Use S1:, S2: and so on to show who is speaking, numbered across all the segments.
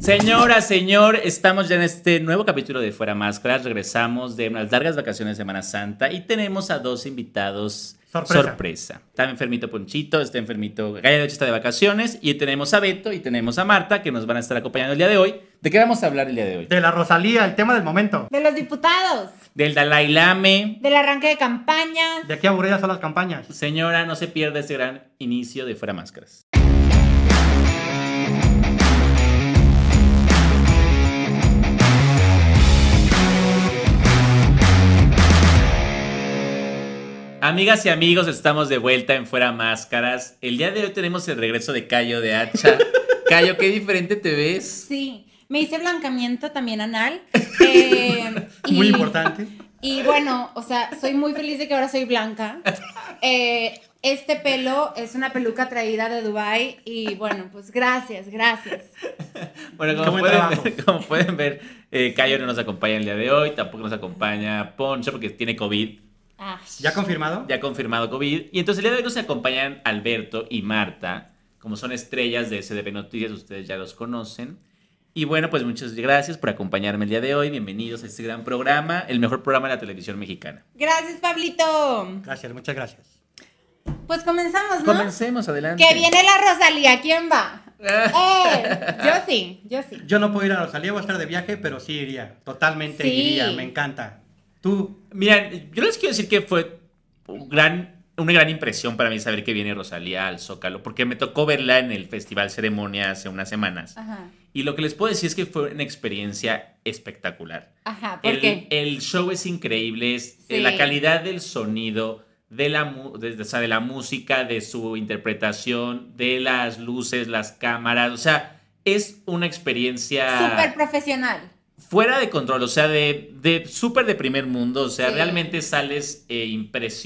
S1: Señora, señor, estamos ya en este nuevo capítulo de Fuera Máscaras. Regresamos de unas largas vacaciones de Semana Santa y tenemos a dos invitados.
S2: Sorpresa.
S1: Está enfermito Ponchito, está enfermito Gaya de Ocho está de vacaciones y tenemos a Beto y tenemos a Marta que nos van a estar acompañando el día de hoy. ¿De qué vamos a hablar el día de hoy?
S2: De la Rosalía, el tema del momento.
S3: De los diputados,
S1: Del Dalai Lame.
S3: del arranque de campañas.
S2: De aquí aburridas son las campañas.
S1: Señora, no se pierda este gran inicio de Fuera Máscaras. Amigas y amigos, estamos de vuelta en Fuera Máscaras. El día de hoy tenemos el regreso de Cayo de Hacha. Cayo, qué diferente te ves.
S3: Sí, me hice blancamiento también anal. eh, y-
S2: Muy importante.
S3: Y bueno, o sea, soy muy feliz de que ahora soy blanca. Eh, este pelo es una peluca traída de Dubai y bueno, pues gracias, gracias.
S1: Bueno,
S2: Qué
S1: como
S2: buen trabajo.
S1: pueden, como pueden ver, eh, Cayo no nos acompaña el día de hoy, tampoco nos acompaña Poncho porque tiene COVID.
S3: Ah,
S2: ¿Ya confirmado?
S1: ya confirmado COVID. Y entonces el día de hoy nos acompañan Alberto y Marta, como son estrellas de SDP Noticias, ustedes ya los conocen. Y bueno, pues muchas gracias por acompañarme el día de hoy. Bienvenidos a este gran programa, el mejor programa de la televisión mexicana.
S3: Gracias, Pablito.
S2: Gracias, muchas gracias.
S3: Pues comenzamos, ¿no?
S1: Comencemos, adelante.
S3: Que viene la Rosalía, ¿quién va? Eh, yo sí, yo sí.
S2: Yo no puedo ir a Rosalía, voy a estar de viaje, pero sí iría. Totalmente
S3: Sí.
S2: iría, me encanta. Tú,
S1: Miren, yo les quiero decir que fue un gran, una gran impresión para mí saber que viene Rosalía al Zócalo, porque me tocó verla en el Festival Ceremonia hace unas semanas.
S3: Ajá,
S1: Y lo que les puedo decir es que fue una experiencia espectacular.
S3: ajá, ¿por
S1: El,
S3: qué?
S1: el show es increíble, es- eh,
S3: Sí.
S1: la calidad del sonido, de la, mu- de, o sea, de la música, de su interpretación, de las luces, las cámaras, o sea, es una experiencia
S3: Súper profesional.
S1: fuera de control, o sea, de, de súper de primer mundo, o sea,
S3: Sí.
S1: realmente sales eh,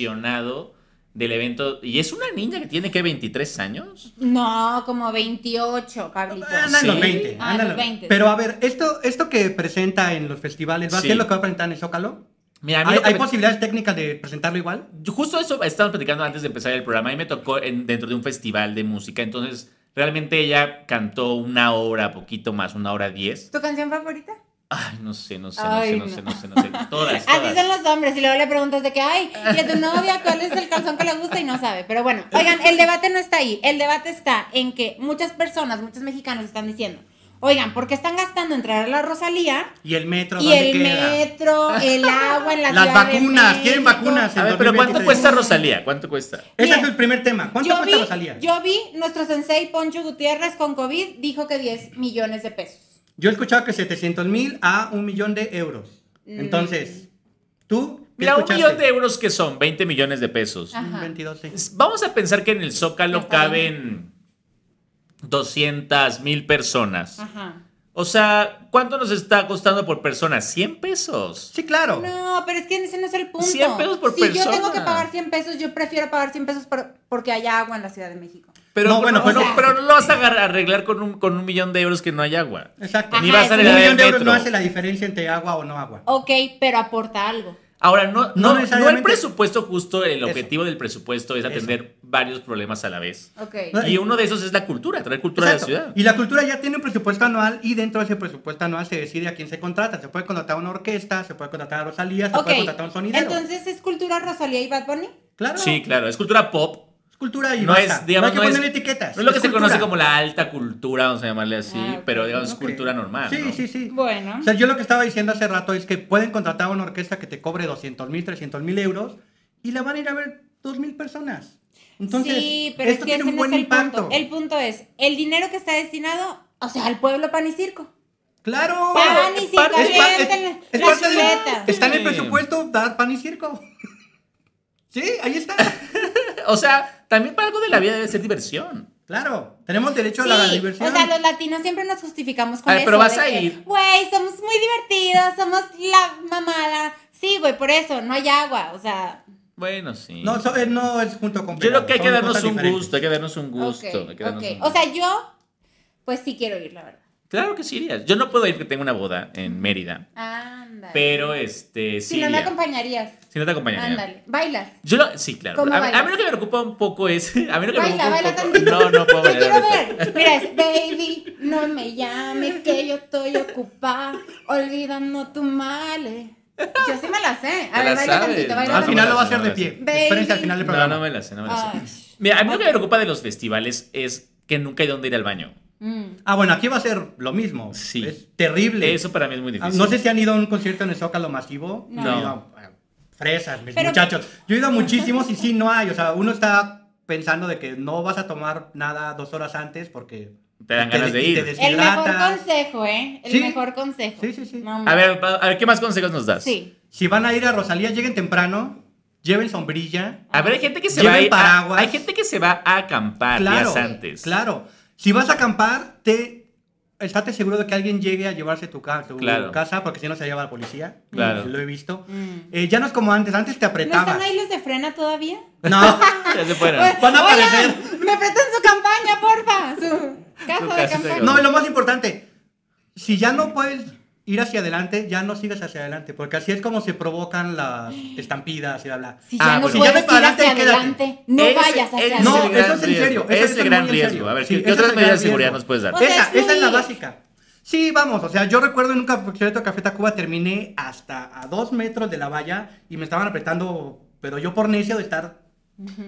S1: impresionado del evento. Y es una niña que tiene que 23 años.
S3: No, como 28, Pablito.
S2: anda en los
S1: Sí.
S2: 20.
S3: Ah,
S2: anda en
S3: los 20.
S2: Pero a ver, esto, esto que presenta en los festivales, ¿va a
S1: Sí.
S2: ser lo que va a presentar en el Zócalo?
S1: Mira, a mí
S2: ¿Hay,
S1: lo que
S2: hay
S1: me-
S2: posibilidades técnicas de presentarlo igual?
S1: Justo eso estábamos platicando antes de empezar el programa. A mí me tocó en- dentro de un festival de música. Entonces, realmente ella cantó una hora, poquito más, una hora diez.
S3: ¿Tu canción favorita?
S1: Ay, no sé, no sé,
S3: Ay,
S1: no,
S3: no.
S1: sé no sé, no sé, no sé. Todas,
S3: Así son
S1: todas.
S3: los hombres, y luego le preguntas de que, ay, y a tu novia, ¿cuál es el calzón que le gusta? Y no sabe. Pero bueno, oigan, el debate no está ahí. El debate está en que muchas personas, muchos mexicanos están diciendo, oigan, ¿por qué están gastando en traer a la Rosalía?
S2: ¿Y el metro
S3: Y
S2: dónde
S3: el
S2: queda?
S3: metro, el agua, en la
S2: Las
S3: Ciudad de
S2: vacunas, quieren
S3: México?
S2: vacunas.
S1: A ver, pero ¿cuánto cuesta Rosalía? ¿Cuánto cuesta?
S2: Ese es
S3: Mira,
S2: el primer tema. ¿Cuánto
S3: Yo
S2: cuesta
S3: vi-
S2: Rosalía?
S3: Yo vi nuestro sensei Poncho Gutiérrez con COVID, dijo que 10 millones de pesos.
S2: Yo he escuchado que 700 mil a un millón de euros.
S3: Mm.
S2: Entonces, ¿tú? qué
S1: Mira, un
S2: escuchaste?
S1: millón de euros que son 20 millones de pesos.
S3: Ajá.
S2: 22, sí.
S1: Vamos a pensar que en el Zócalo
S3: Ah. Está bien.
S1: caben 200 mil personas.
S3: Ajá.
S1: O sea, ¿cuánto nos está costando por persona? 100 pesos.
S2: Sí, claro.
S3: No, pero es que ese no es el punto.
S1: 100 pesos por
S3: si yo tengo
S1: persona.
S3: que pagar 100 pesos, yo prefiero pagar 100 pesos por- porque hay agua en la Ciudad de México.
S1: Pero
S2: No,
S1: no,
S2: bueno,
S1: pero,
S3: o sea-
S1: pero no lo vas a agar- arreglar con un, con un millón de euros que no hay agua.
S2: Exacto.
S3: Ni Ajá, vas a
S2: un
S3: negar
S2: millón
S1: Ah, el
S2: de euros
S1: metro.
S2: no hace la diferencia entre agua o no agua.
S3: Ok, pero aporta algo.
S1: Ahora, no,
S2: No
S1: no, no,
S2: necesariamente-
S1: el presupuesto justo, el
S2: Eso.
S1: objetivo del presupuesto es
S2: Eso.
S1: atender varios problemas a la vez.
S3: Ok.
S2: No,
S1: Y uno de esos es la cultura, traer cultura
S2: Exacto.
S1: de la ciudad.
S2: Y la cultura ya tiene un presupuesto anual y dentro de ese presupuesto anual se decide a quién se contrata. Se puede contratar a una orquesta, se puede contratar a Rosalía, se
S3: Ok,
S2: puede contratar a un sonidero.
S3: entonces es cultura Rosalía y Bad Bunny.
S2: claro.
S1: Sí, claro, es cultura pop.
S2: Es cultura y
S1: No
S2: basta.
S1: es, digamos,
S2: no hay que poner etiquetas.
S1: no es lo que se
S2: cultura.
S1: conoce como la alta cultura, vamos a llamarle así,
S3: Ah, ok.
S1: pero digamos, es
S2: Ok.
S1: cultura normal.
S2: Sí,
S1: ¿no?
S2: sí, sí.
S3: Bueno.
S2: O sea, yo lo que estaba diciendo hace rato es que pueden contratar a una orquesta que te cobre 200 mil, 300 mil euros y la van a ir a ver 2 mil personas. Entonces,
S3: sí, pero
S2: esto
S3: es que
S2: tiene
S3: ese
S2: un
S3: no
S2: buen
S3: es el
S2: impacto.
S3: punto. El punto es, el dinero que está destinado, o sea, al pueblo pan y circo.
S2: Claro.
S3: Pan y
S2: Es par-
S3: circo,
S2: es par- es-
S3: avienten
S2: es
S3: las
S2: parte de-
S3: chuletas.
S2: Está en el
S1: Sí.
S2: presupuesto dar pan y circo. Sí, ahí está.
S1: O sea, también para algo de la vida debe ser diversión.
S2: Claro, tenemos derecho
S3: Sí,
S2: a la diversión.
S3: o sea, los latinos siempre nos justificamos con
S1: A ver,
S3: eso.
S1: pero vas
S3: de
S1: a
S3: que,
S1: ir.
S3: Güey, somos muy divertidos, somos la mamada. Sí, güey, por eso, no hay agua, o sea...
S1: Bueno, sí.
S2: No, so- eh, no es junto con
S1: Yo creo que hay que
S2: pegado, son
S1: darnos
S2: cosas
S1: un
S2: diferentes.
S1: gusto, hay que darnos un gusto.
S3: ok,
S1: hay que darnos
S3: ok.
S1: un
S3: O sea, yo, pues sí quiero ir, la verdad.
S1: Claro que sí irías. Yo no puedo ir porque tengo una boda en Mérida.
S3: Ándale.
S1: Pero este sí.
S3: Si no me
S1: iría.
S3: acompañarías.
S1: Si no te acompañaría.
S3: Ándale. Bailas.
S1: Yo lo- sí, claro.
S3: ¿Cómo
S1: A, a mí
S3: bailas?
S1: lo que me preocupa un poco es. A mí lo que me preocupa
S3: Baila, baila
S1: un poco.
S3: tantito.
S1: No, no puedo
S3: Te
S1: bailar.
S3: quiero
S1: ahorita.
S3: ver. Mira, es baby, no me me llame, que yo estoy ocupada, olvidando tu male. Yo sí me la sé. A
S1: Te
S3: ver,
S1: la
S3: baila
S1: sabes.
S3: tantito, baila
S1: No,
S2: Al final lo va a hacer
S1: no
S2: de
S1: me la sé.
S2: pie. Espérense al final del
S1: No,
S2: programa.
S1: no me la sé, no me la sé.
S3: Ay.
S1: Mira, a mí lo que me preocupa de los festivales es que nunca hay dónde ir al baño.
S3: Mm.
S2: Ah, bueno, aquí va a ser lo mismo.
S1: Sí.
S2: Es terrible.
S1: Eso para mí es muy
S2: Ah,
S1: difícil.
S2: No sé si han ido a un concierto en el Zócalo masivo.
S3: No.
S2: Yo he ido a, eh, fresas, mis
S3: Pero-
S2: muchachos. Yo he ido a muchísimos y sí, no hay. O sea, uno está pensando de que no vas a tomar nada dos horas antes porque...
S1: Te dan ganas de
S2: y te
S1: ir.
S3: El mejor
S2: deshidratas.
S3: consejo, ¿eh? El
S2: Sí.
S3: mejor consejo.
S2: Sí, sí, sí.
S3: No,
S1: A ver, a ver, ¿qué más consejos nos das?
S3: Sí.
S2: Si van a ir a Rosalía, lleguen temprano, lleven sombrilla.
S1: A ver, hay gente que se
S2: Lleven
S1: va a ir a-
S2: paraguas.
S1: Hay gente que se va a acampar
S2: Claro,
S1: días antes.
S2: claro. Si vas a acampar, te... Estate seguro de que alguien llegue a llevarse tu, ca- tu
S1: Claro.
S2: casa, porque si no se lleva la policía.
S1: Claro.
S2: Lo he visto.
S3: Mm.
S2: Eh, ya no es como antes, antes te
S3: ¿No
S2: apretabas.
S3: están ahí los de frena todavía?
S2: No,
S1: Ya se fueron.
S3: Oye,
S2: Van a
S3: oigan,
S2: aparecer.
S3: Me prestan su campaña, porfa. Su
S1: Su
S3: casa
S1: casa
S3: de
S1: de
S3: campaña.
S2: no, y lo más importante, si ya no puedes ir hacia adelante, ya no sigas hacia adelante, porque así es como se provocan las estampidas y bla bla.
S3: Si
S1: Ah,
S3: ya no
S1: bueno.
S2: Si ya
S3: puedes
S2: ves
S3: ir
S2: para
S3: hacia
S2: adelante, quédate.
S3: adelante, no
S1: Ese-
S3: vayas
S1: ese
S3: hacia
S1: el
S2: No,
S3: adelante.
S1: gran
S2: eso es en
S1: riesgo,
S2: serio, eso
S1: ese es
S2: es muy
S1: el gran
S2: en serio.
S1: riesgo. A ver,
S2: Sí,
S1: ¿qué, qué
S2: ese
S1: otras
S2: es el gran
S1: medidas de seguridad
S2: riesgo.
S1: nos puedes dar?
S3: O sea,
S2: Esa,
S3: es
S2: esa es la
S3: muy-
S2: básica. Sí, vamos, o sea, yo recuerdo en un concierto de Café Tacuba terminé hasta a dos metros de la valla y me estaban apretando, pero yo por necio de estar...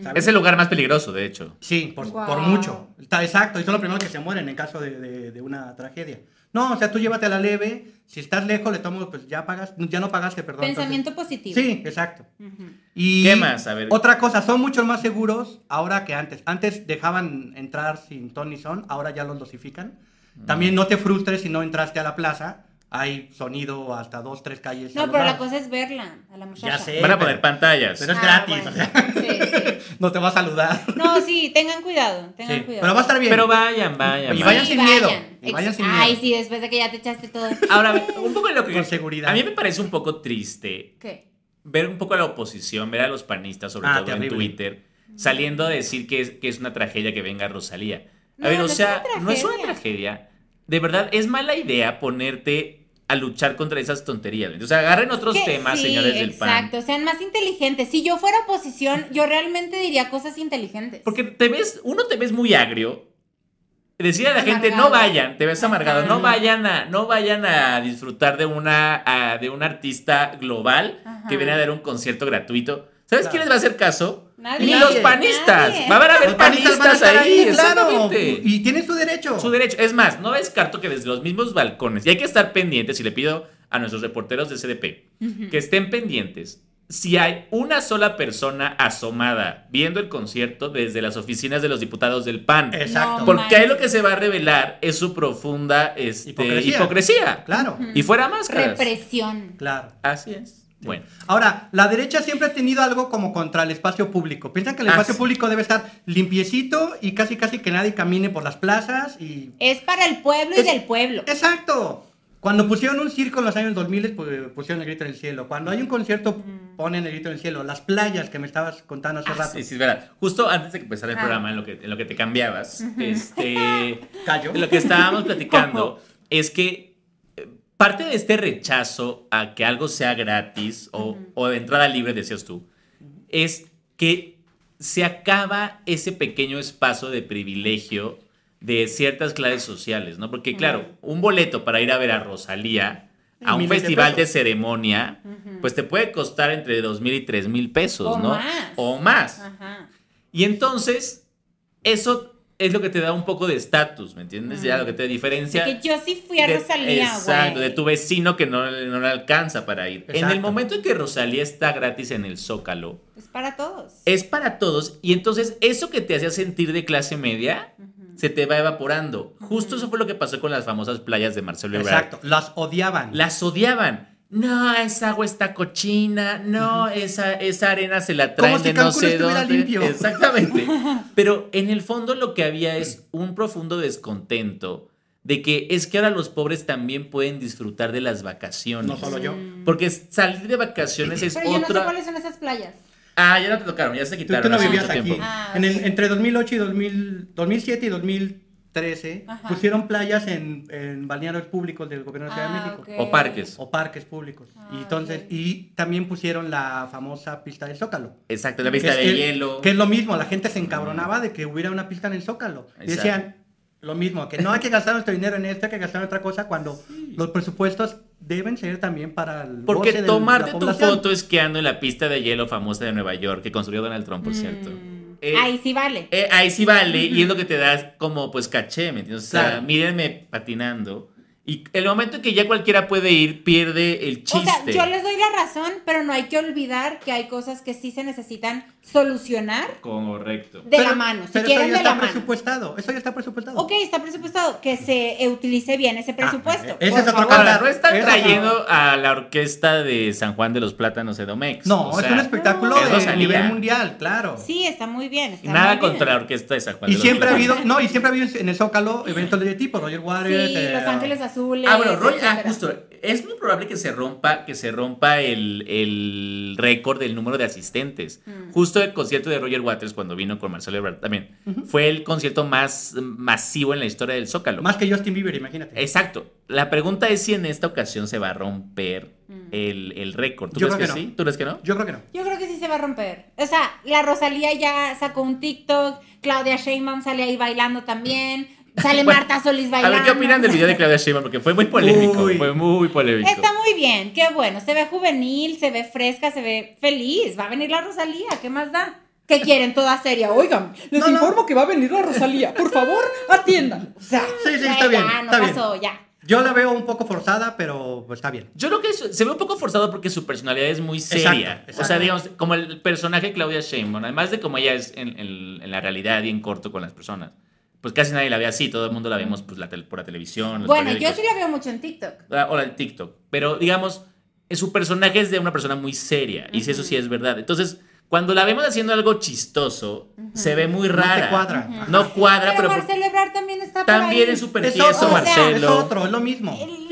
S2: ¿sabes?
S1: Es el lugar más peligroso, de hecho.
S2: Sí, por,
S3: Guau.
S2: por mucho. Está exacto, y son los primeros que se mueren en caso de, de- de una tragedia. No, o sea, tú llévate a la leve, si estás lejos le tomo, pues ya pagas, ya no pagaste, perdón.
S3: Pensamiento positivo.
S2: entonces- Sí, exacto.
S3: Ujú.
S2: Y
S1: ¿Qué más? A ver.
S2: Otra cosa, son mucho más seguros ahora que antes. Antes dejaban entrar sin ton ni son, ahora ya los dosifican.
S1: Mm.
S2: También no te frustres si no entraste a la plaza. Hay sonido hasta dos, tres calles. a
S3: No,
S2: los
S3: pero la
S2: lados.
S3: cosa es verla a la muchacha. Ah,
S2: Ya sé.
S1: Van a
S2: pero-
S1: poner pantallas.
S2: pero es gratis, o sea.
S3: Sí, sí.
S2: No te va a saludar.
S3: No, sí, tengan cuidado, tengan
S2: Sí,
S3: cuidado.
S2: Pero va a estar bien.
S1: Pero vayan, vayan.
S2: Y
S1: vayan.
S2: vayan sin miedo, y
S3: Ex-
S2: vayan sin
S3: Ay,
S2: miedo. Ah.
S3: sí, después de que ya te echaste todo.
S1: Ahora, un poco de lo que.
S2: Con seguridad.
S1: A mí me parece un poco triste
S3: ¿Qué?
S1: ver un poco a la oposición, ver a los panistas, sobre
S2: Ah,
S1: todo en
S2: terrible.
S1: Twitter, saliendo a decir que es, que es una tragedia que venga Rosalía. A
S3: No,
S1: ver,
S3: no
S1: o
S3: es
S1: sea,
S3: una
S1: no es una
S3: tragedia.
S1: tragedia. De verdad, es mala idea ponerte a luchar contra esas tonterías. O sea, agarren otros
S3: Que
S1: temas,
S3: sí,
S1: señores del PAN.
S3: Exacto, sean más inteligentes. Si yo fuera oposición, yo realmente diría cosas inteligentes.
S1: Porque te ves, uno te ves muy agrio. Decir a la gente,
S3: Amargado.
S1: no vayan, te ves amargado,
S3: Ajá.
S1: no vayan a, no vayan a disfrutar de una, a- de un artista global
S3: Ajá.
S1: que viene a dar un concierto gratuito. ¿Sabes
S2: Claro.
S1: quién les va a hacer caso?
S3: Nadie.
S1: Ni los
S2: Nadie.
S1: panistas.
S3: Nadie.
S1: Va a haber, a haber
S2: Los
S1: panistas,
S2: panistas van a estar
S1: ahí,
S2: claro.
S1: exactamente.
S2: Y tienen su derecho.
S1: Su derecho. Es más, no descarto que desde los mismos balcones, y hay que estar pendientes, y le pido a nuestros reporteros de CDP
S3: Ujú.
S1: que estén pendientes. Si hay una sola persona asomada viendo el concierto desde las oficinas de los diputados del PAN,
S2: Exacto.
S3: No
S1: porque ahí lo
S3: manches.
S1: que se va a revelar es su profunda este, hipocresía.
S2: Hipocresía. Claro,
S1: Y fuera máscaras.
S3: Represión.
S2: claro.
S1: Así es. Bueno,
S2: Ahora, la derecha siempre ha tenido algo como contra el espacio público. Piensan que el
S1: Ah,
S2: espacio
S1: sí.
S2: público debe estar limpiecito y casi casi que nadie camine por las plazas y...
S3: Es para el pueblo y
S2: Es-
S3: del pueblo.
S2: ¡Exacto! Cuando pusieron un circo en los años 2000, pues, pusieron el grito en el cielo. Cuando hay un concierto, ponen el grito en el cielo. Las playas que me estabas contando hace rato.
S1: Ah, sí, sí, es verdad. Justo antes de que empezara el
S3: Ah.
S1: programa, en lo que, en lo que te cambiabas, este.
S2: Cayó.
S1: Lo que estábamos platicando es que eh, parte de este rechazo a que algo sea gratis o, o de entrada libre, decías tú, es que se acaba ese pequeño espacio de privilegio de ciertas clases sociales, ¿no? Porque claro, un boleto para ir a ver a Rosalía a
S2: Y
S1: un
S2: miles de
S1: festival de
S2: pesos.
S1: ceremonia, pues te puede costar entre dos mil y tres mil pesos,
S3: O
S1: ¿no?
S3: más. Ah.
S1: O más.
S3: Ajá.
S1: Y entonces, eso es lo que te da un poco de estatus, ¿me entiendes? Ya lo que te diferencia.
S3: Mm. Que yo sí fui a
S1: de-
S3: Rosalía, güey.
S1: Exacto, de tu vecino que no, no le alcanza para ir. En el
S2: Exacto.
S1: momento en que Rosalía está gratis en el Zócalo,
S3: Es para todos.
S1: es para todos y entonces eso que te hacía sentir de clase media se te va evaporando. Justo eso fue lo que pasó con las famosas playas de Marcelo Ebrard.
S2: Exacto. Las odiaban.
S1: Las odiaban. No, esa agua está cochina. No, esa, esa arena se la traen
S2: Como si
S1: de no
S2: Cancún
S1: sé
S2: estuviera
S1: dónde.
S2: limpio.
S1: Exactamente. Pero en el fondo lo que había es un profundo descontento de que es que ahora los pobres también pueden disfrutar de las vacaciones.
S2: No solo yo.
S1: Porque salir de vacaciones es
S3: Pero yo no sé
S1: otra.
S3: cuáles son esas playas.
S1: Ah, ya no te tocaron, ya se
S2: Tú,
S1: quitaron.
S2: tú no
S1: hace
S2: vivías
S1: mucho
S2: aquí.
S1: tiempo.
S3: Ah,
S2: En el-
S3: ok.
S2: entre 2008 y 2000, 2007 y 2013
S3: Ajá.
S2: pusieron playas en, en balnearios públicos del gobierno de la Ciudad de México.
S1: O parques.
S2: O parques públicos.
S3: Ah,
S2: y entonces,
S3: ok.
S2: y también pusieron la famosa pista del Zócalo.
S1: Exacto, la
S2: Que
S1: pista
S2: es
S1: de
S2: que-
S1: hielo.
S2: Que es lo mismo, la gente se encabronaba de que hubiera una pista en el Zócalo. Y
S1: Exacto.
S2: decían, Lo mismo, que no hay que gastar nuestro dinero en esto, hay que gastar en otra cosa, cuando los presupuestos deben ser también para el
S1: Porque
S2: goce de la
S1: tomarte tu
S2: población.
S1: foto esquiando en la pista de hielo famosa de Nueva York que construyó Donald Trump, Ah, por cierto.
S3: Mm,
S1: Eh,
S3: Ahí sí vale.
S1: eh, ahí sí vale y es lo que te das como pues caché, ¿me entiendes? O sea,
S2: Claro.
S1: mírenme patinando. Y el momento en que ya cualquiera puede ir, pierde el chiste.
S3: O sea, yo les doy la razón, pero no hay que olvidar que hay cosas que sí se necesitan solucionar
S1: Correcto.
S3: de la
S2: Pero-
S3: mano, si
S2: pero eso ya
S3: quieren de la
S2: está
S3: mano.
S2: presupuestado, eso ya está presupuestado.
S3: Ok, está presupuestado, que se eh, utilice bien
S1: Ah,
S3: ese presupuesto.
S2: ese
S3: por
S2: es otro
S3: favor.
S2: cantar.
S1: Ahora, no están
S2: Eso-
S1: trayendo a la orquesta de San Juan de los Plátanos Edomex.
S2: No,
S1: O
S2: es
S1: sea,
S2: un espectáculo
S1: es
S2: de
S1: Rosalía.
S2: nivel mundial, claro.
S3: Sí, está muy bien. está
S1: Nada
S3: muy bien.
S1: contra la orquesta de San Juan
S2: Y
S1: de los
S2: siempre ha habido,
S1: Plátanos.
S2: no, y siempre ha habido en el Zócalo eventos de ese tipo, Roger Waters.
S3: Sí,
S2: eh,
S3: Los Ángeles Azules.
S1: Ah, bueno, Roy, ah,
S3: etcétera.
S1: justo. Es muy probable que se rompa, que se rompa el, el récord del número de asistentes.
S3: Mm.
S1: Justo el concierto de Roger Waters cuando vino con Marcelo Ebrard también. Fue el concierto más masivo en la historia del Zócalo.
S2: Más que Justin Bieber, imagínate.
S1: Exacto. La pregunta es si en esta ocasión se va a romper
S3: Mm.
S1: el, el récord. ¿Tú
S2: Yo
S1: crees que,
S2: creo que no.
S1: sí? ¿Tú crees que no?
S2: Yo creo que no.
S3: Yo creo que sí se va a romper. O sea, la Rosalía ya sacó un TikTok, Claudia Sheinbaum sale ahí bailando también, sale
S1: Bueno,
S3: Marta Solís
S1: A
S3: bailando.
S1: ver, ¿qué opinan del video de Claudia Sheinbaum? Porque fue muy polémico,
S2: Uy.
S1: fue muy polémico.
S3: Está muy bien, qué bueno. Se ve juvenil, se ve fresca, se ve feliz. Va a venir la Rosalía, ¿qué más da? ¿Qué quieren? Toda seria. Oigan, les
S2: No, no.
S3: informo que va a venir la Rosalía. Por favor, atiendan. O sea,
S2: Sí, sí, está bien,
S3: Ya, no
S2: está bien.
S3: pasó, ya.
S2: Yo la veo un poco forzada, pero está bien.
S1: Yo creo que su- se ve un poco forzado porque su personalidad es muy
S2: Exacto,
S1: seria. O sea,
S2: exacto.
S1: digamos, como el personaje Claudia Sheinbaum, además de como ella es en, en- en la realidad y en corto con las personas, pues casi nadie la ve así, todo el mundo la vemos pues, la tel- por la televisión. los
S3: Bueno, yo
S1: periódicos,
S3: sí la veo mucho en TikTok.
S1: la- Ah, O en TikTok. Pero, digamos, eh, su personaje es de una persona muy seria, y si eso sí es verdad. Entonces, cuando la vemos haciendo algo chistoso, se ve muy rara.
S2: No te cuadra.
S3: Ujú.
S1: No cuadra,
S3: Pero
S1: Ah, pero, por-
S3: Marcelo Ebrard también está por
S1: también
S3: ahí. Mm.
S1: es súper
S2: Es
S1: tieso,
S2: otro,
S3: o sea,
S1: Marcelo.
S2: es otro, es lo mismo.
S3: El-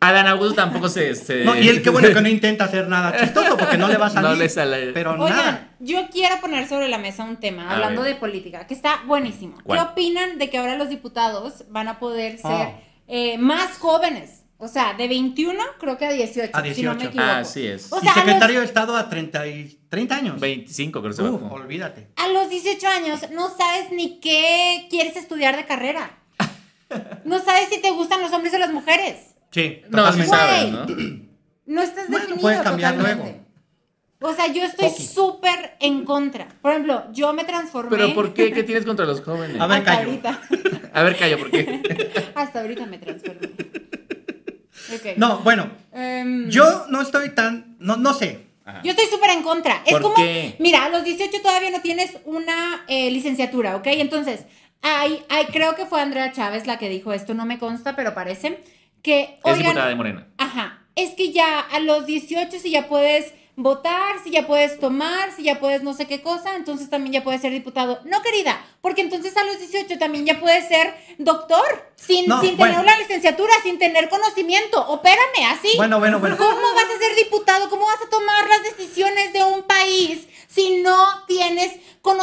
S1: Adán Augusto tampoco se... se-
S2: No, y él qué bueno que no intenta hacer nada chistoso porque no le va a salir.
S1: No le sale.
S2: Pero nada.
S3: Oigan, yo quiero poner sobre la mesa un tema,
S1: A
S3: hablando
S1: ver.
S3: de política, que está buenísimo.
S1: ¿Cuál?
S3: ¿Qué opinan de que ahora los diputados van a poder ser
S2: Ah.
S3: eh, más jóvenes? O sea, de 21 creo que a 18,
S2: A
S3: si no me
S2: 18.
S3: equivoco.
S1: Así es.
S3: O
S2: y
S3: sea, a los-
S2: secretario de Estado a 30, y, 30 años.
S1: 25, creo que se
S2: Uf,
S1: bajó.
S2: olvídate.
S3: A los 18 años no sabes ni qué quieres estudiar de carrera. No sabes si te gustan los hombres o las mujeres.
S2: Sí,
S1: No, sí
S2: totalmente.
S1: sabes,
S3: Güey.
S1: ¿no?
S3: No estás
S2: Bueno,
S3: definido
S2: puedes cambiar
S3: totalmente.
S2: luego.
S3: O sea, yo estoy
S2: Poqui.
S3: súper en contra. Por ejemplo, yo me transformé
S1: Pero ¿por qué? ¿Qué tienes contra los jóvenes?
S2: A ver,
S3: hasta
S2: callo.
S3: ahorita.
S1: A ver, callo, ¿por qué?
S3: Hasta ahorita me transformé. Ok.
S2: No, bueno,
S3: Em,
S2: yo no estoy tan. No, no sé.
S3: yo estoy súper en contra. Es
S1: ¿Por
S3: como,
S1: qué?
S3: mira, a los 18 todavía no tienes una eh, licenciatura, ¿ok? Entonces, ay, ay, creo que fue Andrea Chávez la que dijo esto, no me consta, pero parece que,
S1: Es
S3: oigan,
S1: diputada de Morena.
S3: ajá, es que ya a los 18 si ya puedes votar, si ya puedes tomar, si ya puedes no sé qué cosa, entonces también ya puedes ser diputado. No, querida, porque entonces a los 18 también ya puedes ser doctor, sin,
S2: No,
S3: sin
S2: bueno.
S3: tener la licenciatura, sin tener conocimiento. Opérame, así.
S2: Bueno, bueno, bueno.
S3: ¿Cómo vas a ser diputado? ¿Cómo vas a tomar las decisiones de un país si no tienes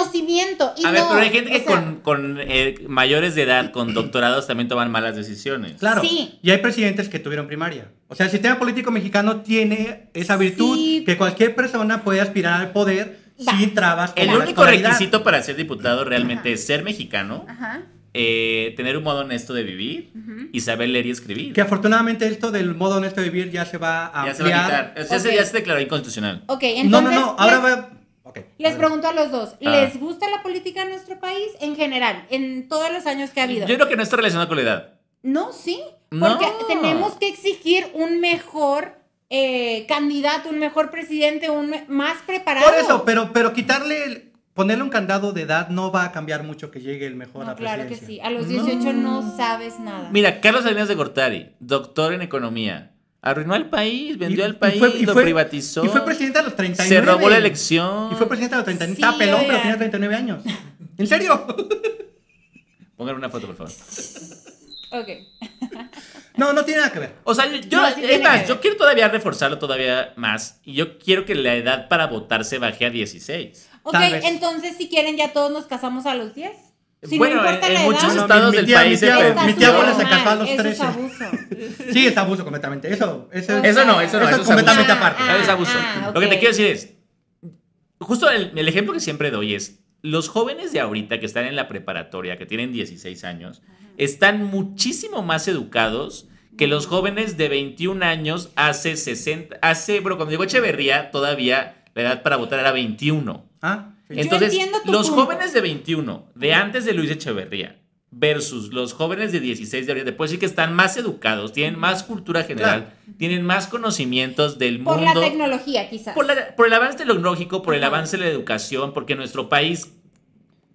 S3: conocimiento? Y
S1: A ver,
S3: no,
S1: pero hay gente que
S3: o sea,
S1: con, con, eh, mayores de edad, con doctorados, también toman malas decisiones.
S2: Claro.
S3: Sí.
S2: Y hay presidentes que tuvieron primaria. O sea, el sistema político mexicano tiene esa virtud
S3: Sí.
S2: que cualquier persona puede aspirar al poder
S3: Va.
S2: sin trabas.
S1: El
S2: como la
S1: único
S2: escolaridad.
S1: requisito para ser diputado realmente
S3: Ajá.
S1: es ser mexicano,
S3: Ajá.
S1: eh, tener un modo honesto de vivir y saber leer y escribir.
S2: Que afortunadamente esto del modo honesto de vivir ya se va a
S1: Ya se va a
S2: ampliar.
S1: quitar. O sea, ese
S3: Ok.
S1: ya se declaró inconstitucional.
S3: Ok,
S2: no,
S3: entonces. pues,
S2: no, no. Ahora va. ok,
S3: Les
S2: adelante.
S3: pregunto a los dos,
S1: Ah.
S3: ¿les gusta la política en nuestro país en general, en todos los años que ha habido?
S1: Yo creo que no está relacionado con la edad.
S3: No, sí,
S1: No.
S3: porque tenemos que exigir un mejor eh, candidato, un mejor presidente, un me- más preparado.
S2: Por eso, pero, pero quitarle, el- ponerle un candado de edad no va a cambiar mucho que llegue el mejor
S3: No,
S2: a
S3: claro que
S2: presidencia.
S3: sí, a los 18 no, sabes nada.
S1: Mira, Carlos Salinas de Gortari, doctor en economía, arruinó al país, vendió
S2: Y-
S1: al país,
S2: y fue- y
S1: lo
S2: fue-
S1: privatizó.
S2: Y fue presidente a los 39.
S1: Se robó la elección.
S2: Y fue presidente a los 39.
S3: Sí,
S2: Estaba pelón, pero
S3: oigan.
S2: tenía 39 años. ¿En serio?
S1: Pongan una foto, por favor.
S3: Ok.
S2: No, no tiene nada que ver.
S1: O sea, yo,
S3: No, sí tiene
S1: es
S3: que
S1: más,
S3: ver.
S1: yo quiero todavía reforzarlo todavía más. Y yo quiero que la edad para votar se baje a 16.
S3: Ok,
S2: Tal vez.
S3: entonces si quieren ya todos nos casamos a los 10. Si
S1: bueno,
S3: no importa
S1: en,
S3: la
S1: en muchos
S3: edad,
S2: No, no,
S1: estados
S2: mi- mi
S1: del
S2: tía- mi
S1: país se
S2: tía-
S1: permitió.
S3: está
S2: mi tía abuela se
S3: súper
S2: casó a los
S3: mal, eso
S2: 13.
S3: Es abuso.
S2: Sí, es abuso completamente. Eso, eso
S1: Eso
S2: es-
S1: no, eso no,
S2: Eso
S1: eso
S2: es
S1: es
S2: completamente
S1: abuso.
S2: aparte.
S1: Ah, eso es abuso.
S3: ah,
S1: Lo que
S3: ok.
S1: te quiero decir es, justo el, el ejemplo que siempre doy es, los jóvenes de ahorita que están en la preparatoria, que tienen 16 años, están muchísimo más educados que los jóvenes de 21 años hace 60, hace, bro, cuando llegó Echeverría, todavía la edad para votar era 21.
S2: Ah, sí.
S3: Yo
S1: Entonces,
S3: entiendo tu
S1: los
S3: punto.
S1: jóvenes de 21, de antes de Luis Echeverría, versus los jóvenes de 16 de ahorita, te puedo decir que están más educados, tienen más cultura general, tienen más conocimientos del
S3: Por la
S1: mundo.
S3: tecnología, quizás.
S1: Por, la- por el avance tecnológico, por el
S3: Ajá.
S1: avance de la educación, porque nuestro país